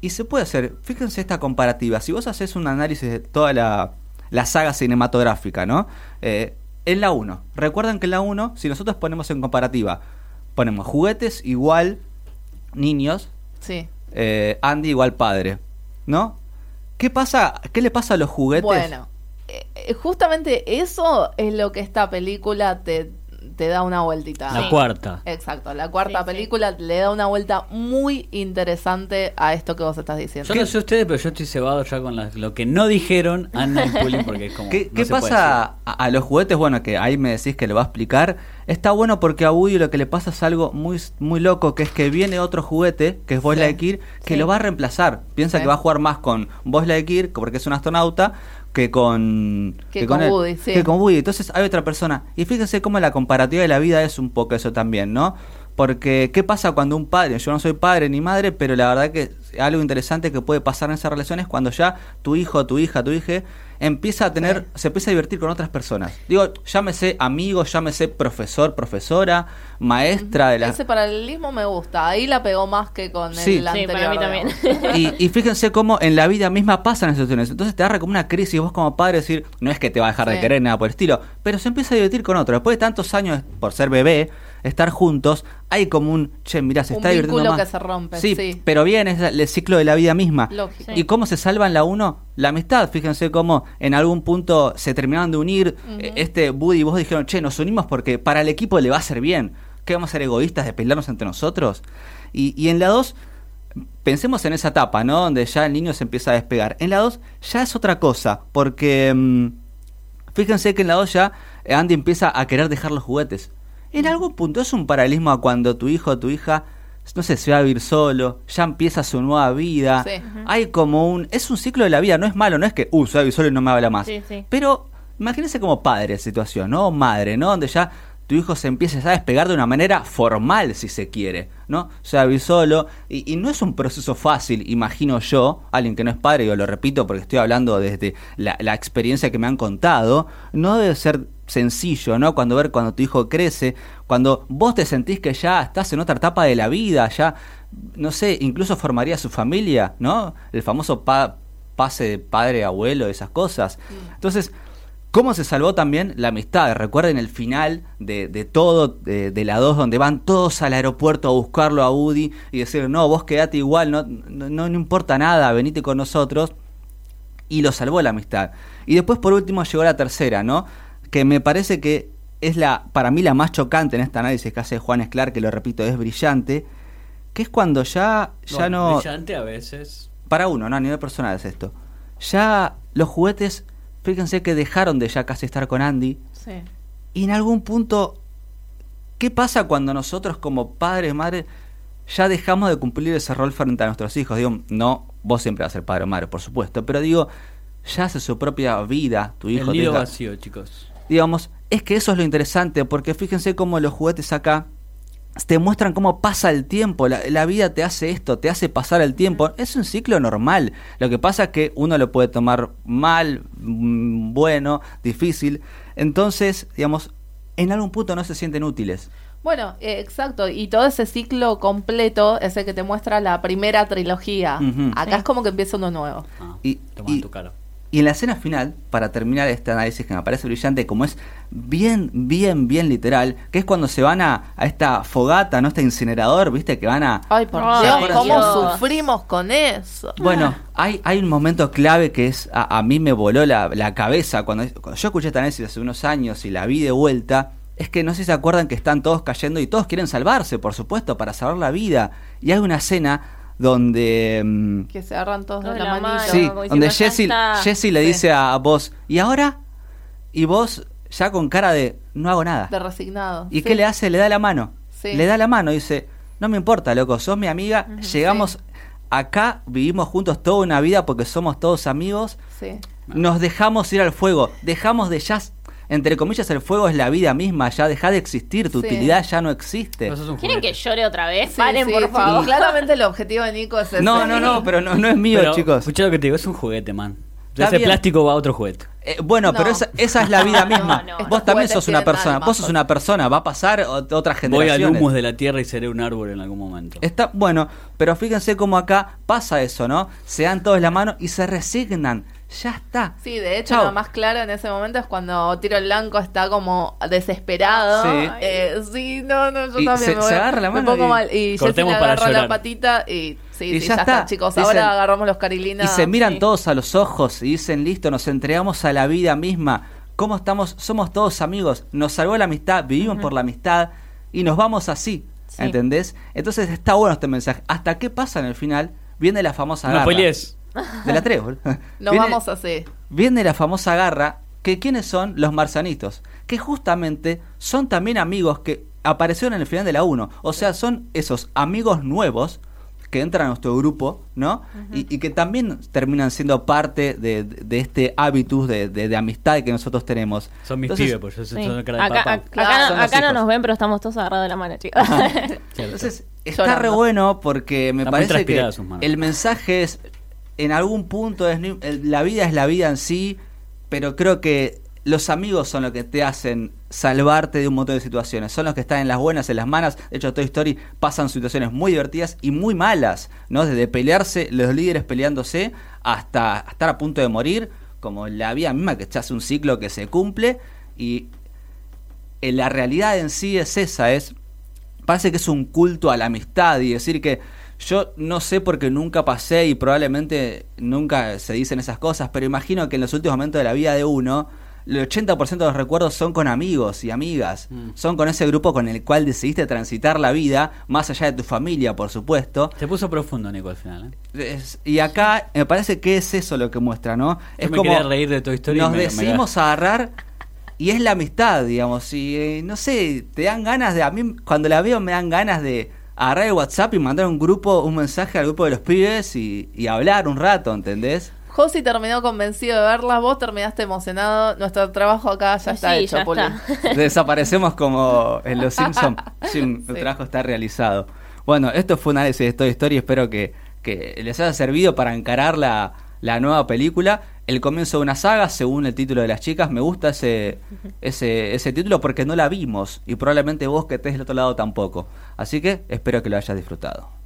y se puede hacer, fíjense esta comparativa, si vos haces un análisis de toda la, la saga cinematográfica, ¿no? Eh, en la 1, recuerden que en la 1, si nosotros ponemos en comparativa, ponemos juguetes igual niños,
Sí.
eh, Andy igual padre, ¿no? ¿Qué pasa? ¿Qué le pasa a los juguetes?
Bueno, eh, eh, justamente eso es lo que esta película te, te da una vueltita.
La
Sí.
cuarta.
Exacto, la cuarta
Sí, sí.
película le da una vuelta muy interesante a esto que vos estás diciendo.
Yo no sé ustedes, pero yo estoy cebado ya con las- lo que no dijeron Ana y Pulín porque es como.
¿Qué,
no
qué
se puede
pasa a, a los juguetes? Bueno, que ahí me decís que lo va a explicar. Está bueno porque a Woody lo que le pasa es algo muy, muy loco, que es que viene otro juguete, que es Buzz
Sí.
Lightyear, que
Sí.
lo va a reemplazar. Piensa
Sí.
que va a jugar más con Buzz Lightyear, porque es un astronauta, que con...
Que con
él.
Woody, sí.
Que con Woody. Entonces hay otra persona. Y fíjense cómo la comparativa de la vida es un poco eso también, ¿no? Porque, ¿qué pasa cuando un padre, yo no soy padre ni madre, pero la verdad que algo interesante que puede pasar en esas relaciones cuando ya tu hijo, tu hija, tu hija empieza a tener, se empieza a divertir con otras personas. Digo, llámese amigo, llámese profesor, profesora, maestra de la...
Ese paralelismo me gusta, ahí la pegó más que con
Sí.
el
Sí,
anterior.
para mí también.
digamos.
Y, y fíjense cómo en la vida misma pasan esas situaciones. Entonces te agarra como una crisis. Vos, como padre, decir, no es que te va a dejar de
Sí.
querer, nada por el estilo. Pero se empieza a divertir con otro. Después de tantos años, por ser bebé, estar juntos, hay como un che, mirá, se
Un
está divirtiendo.
vínculo
más.
que se rompe, sí.
pero bien, es el ciclo de la vida misma.
Lógico.
Sí.
¿Y cómo se salva en la 1? La amistad. Fíjense cómo en algún punto se terminaron de unir. Eh, Este Buddy y vos dijeron, che, nos unimos porque para el equipo le va a ser bien. ¿Qué vamos a ser egoístas de pelearnos entre nosotros? Y, y en la 2, pensemos en esa etapa, ¿no? Donde ya el niño se empieza a despegar. En la 2 ya es otra cosa, porque mm, fíjense que en la 2 ya eh, Andy empieza a querer dejar los juguetes. En algún punto es un paralelismo a cuando tu hijo o tu hija, no sé, se va a vivir solo, ya empieza su nueva vida.
Sí.
Hay como un... Es un ciclo de la vida, no es malo, no es que, uh, se va a vivir solo y no me habla más.
Sí, sí.
Pero imagínense como padre situación, ¿no? O Madre, ¿no? Donde ya tu hijo se empieza ya a despegar de una manera formal, si se quiere, ¿no? Se va a vivir solo. Y, y no es un proceso fácil, imagino yo, alguien que no es padre, yo lo repito porque estoy hablando desde la, la experiencia que me han contado, no debe ser sencillo, ¿no? Cuando ver cuando tu hijo crece, cuando vos te sentís que ya estás en otra etapa de la vida, ya, no sé, incluso formaría su familia, ¿no? El famoso pa- pase de padre, a abuelo, esas cosas. Entonces, ¿Cómo se salvó también la amistad? Recuerden el final de, de todo, de, de la 2, donde van todos al aeropuerto a buscarlo a Woody y decir, no, vos quedate igual, no, no, no- no importa nada, venite con nosotros. Y lo salvó la amistad. Y después, por último, llegó la tercera, ¿no? Que me parece que es la, para mí, la más chocante en este análisis que hace Juan Esclar, que lo repito, es brillante, que es cuando ya,
decir.
ya
Bueno,
no
brillante a veces.
para uno, ¿no? A nivel personal es esto. Ya los juguetes, fíjense que dejaron de ya casi estar con Andy.
Sí.
Y en algún punto, ¿qué pasa cuando nosotros como padres, madres, ya dejamos de cumplir ese rol frente a nuestros hijos? Digo, no, vos siempre vas a ser padre o madre, por supuesto. Pero digo, ya hace su propia vida, tu hijo.
el
tu
nido
hija.
vacío, chicos.
Digamos, es que eso es lo interesante, porque fíjense cómo los juguetes acá te muestran cómo pasa el tiempo, la, la vida te hace esto, te hace pasar el tiempo, es un ciclo normal, lo que pasa es que uno lo puede tomar mal, mm, bueno, difícil, entonces, digamos, en algún punto no se sienten útiles.
Bueno, eh, exacto, y todo ese ciclo completo es el que te muestra la primera trilogía.
Ujú.
Acá
Sí.
es como que empieza uno nuevo.
Ah,
Y-
toma
y-
tu cara.
Y en la escena final, para terminar este análisis que me parece brillante, como es bien, bien, bien literal, que es cuando se van a, a esta fogata, ¿no? Este incinerador, ¿viste? Que van a...
Ay, por
Ay,
Dios,
por
cómo
Dios.
sufrimos con eso.
Bueno, hay, hay un momento clave que es, a, a mí me voló la, la cabeza cuando, cuando yo escuché esta análisis hace unos años y la vi de vuelta, es que no sé si se acuerdan que están todos cayendo y todos quieren salvarse, por supuesto, para salvar la vida. Y hay una escena donde... mm,
Que se agarran todos
Todos
de la,
la
manito.
mano.
sí,
como
donde Jesse,
diciendo, "Ya está".
Jesse le
Sí.
dice a vos, ¿y ahora? Y vos ya con cara de, no hago nada.
De resignado.
¿Y qué le hace? Le da la mano.
Sí.
Le da la mano y dice, no me importa, loco, sos mi amiga, llegamos acá, vivimos juntos toda una vida porque somos todos amigos,
Sí.
nos dejamos ir al fuego, dejamos de ya, entre comillas, el fuego es la vida misma, ya deja de existir, tu
Sí.
utilidad ya no existe.
No sos un
¿Quieren que
juguete.
llore otra vez?
Sí,
Paren,
sí,
por
sí.
favor.
Claramente el objetivo de Nico es ese.
No, no, no, pero no, no es mío,
Pero,
chicos.
Escuchá lo que te digo, es un juguete, man.
Está
Ese
bien.
plástico va a otro juguete.
Eh, bueno,
No.
pero esa, esa es la vida misma.
No, no.
Vos también sos
Estos
una
juguetes tienen
persona.
alma,
Vos sos una persona. Va a pasar ot- otras
Voy al
generaciones.
humus de la tierra y seré un árbol en algún momento.
Está bueno, pero fíjense cómo acá pasa eso, ¿no? Se dan todos la mano y se resignan. Ya está.
Sí, de hecho,
Chau.
lo más claro en ese momento es cuando Tiro el Blanco está como desesperado.
Sí.
Eh, sí, no, no, yo
Y
también
se-
me voy-
se agarra la
me
mano
pongo
y-
mal. Y
Cortemos
Jessy le
para
agarra
llorar.
la patita y sí,
Y
sí,
ya
ya,
está.
está, chicos.
Dicen-
ahora agarramos los carilinas.
y se miran
Sí.
todos a los ojos y dicen, listo, nos entregamos a la vida misma. ¿Cómo estamos? Somos todos amigos. Nos salvó la amistad, vivimos por la amistad y nos vamos así.
Sí.
¿Entendés? Entonces está bueno este mensaje. ¿Hasta qué pasa en el final? Viene la famosa
No
garra.
pelees.
De la tres, boludo.
Nos
Viene-
vamos así.
viene la famosa garra, que quiénes son los marcianitos, que justamente son también amigos que aparecieron en el final de la 1, o sea, son esos amigos nuevos que entran a nuestro grupo, ¿no? y, y que también terminan siendo parte de, de- de este hábitus de, de- de amistad que nosotros tenemos.
Son mis
Entonces,
pibes, pues yo soy
Sí.
soy cara de
Acá,
papá.
ac-
Claro,
acá-
son los
acá no
hijos.
nos ven, pero estamos todos agarrados de la mano, chicos.
Cierto.
Entonces, está
Llorando.
re bueno porque me
Está muy
parece que
transpirada sus manos.
el mensaje es, en algún punto, es, ni- el- la vida es la vida en sí, pero creo que los amigos son los que te hacen salvarte de un montón de situaciones. Son los que están en las buenas, en las malas. De hecho, Toy Story pasan situaciones muy divertidas y muy malas, ¿no? Desde pelearse, los líderes peleándose, hasta estar a punto de morir, como la vida misma, que se hace un ciclo que se cumple y eh, la realidad en sí es esa, es parece que es un culto a la amistad y decir que yo no sé porque nunca pasé y probablemente nunca se dicen esas cosas, pero imagino que en los últimos momentos de la vida de uno, el 80% de los recuerdos son con amigos y amigas,
Mm.
son con ese grupo con el cual decidiste transitar la vida, más allá de tu familia, por supuesto.
Se puso profundo, Nico, al final. ¿eh?
Es- y acá me parece que es eso lo que muestra, ¿no?
Yo
es
me quería reír de Toy Story y
Nos
me- me
decidimos a agarrar y es la amistad, digamos. Y eh, no sé, te dan ganas de. A mí, cuando la veo, me dan ganas de agarrar el WhatsApp y mandar un grupo, un mensaje al grupo de los pibes y, y hablar un rato, ¿entendés?
Josi terminó convencido de verla, vos terminaste emocionado. Nuestro trabajo acá ya está
Pues Sí,
hecho,
ya
Puli.
está.
Desaparecemos como en Los Simpsons. Jim, tu
Sí.
trabajo está realizado. Bueno, esto fue un análisis de Toy Story. Espero que, que les haya servido para encarar la, la nueva película. El comienzo de una saga, según el título de las chicas. Me gusta ese, ese, ese título porque no la vimos. Y probablemente vos que estés del otro lado tampoco. Así que espero que lo hayas disfrutado.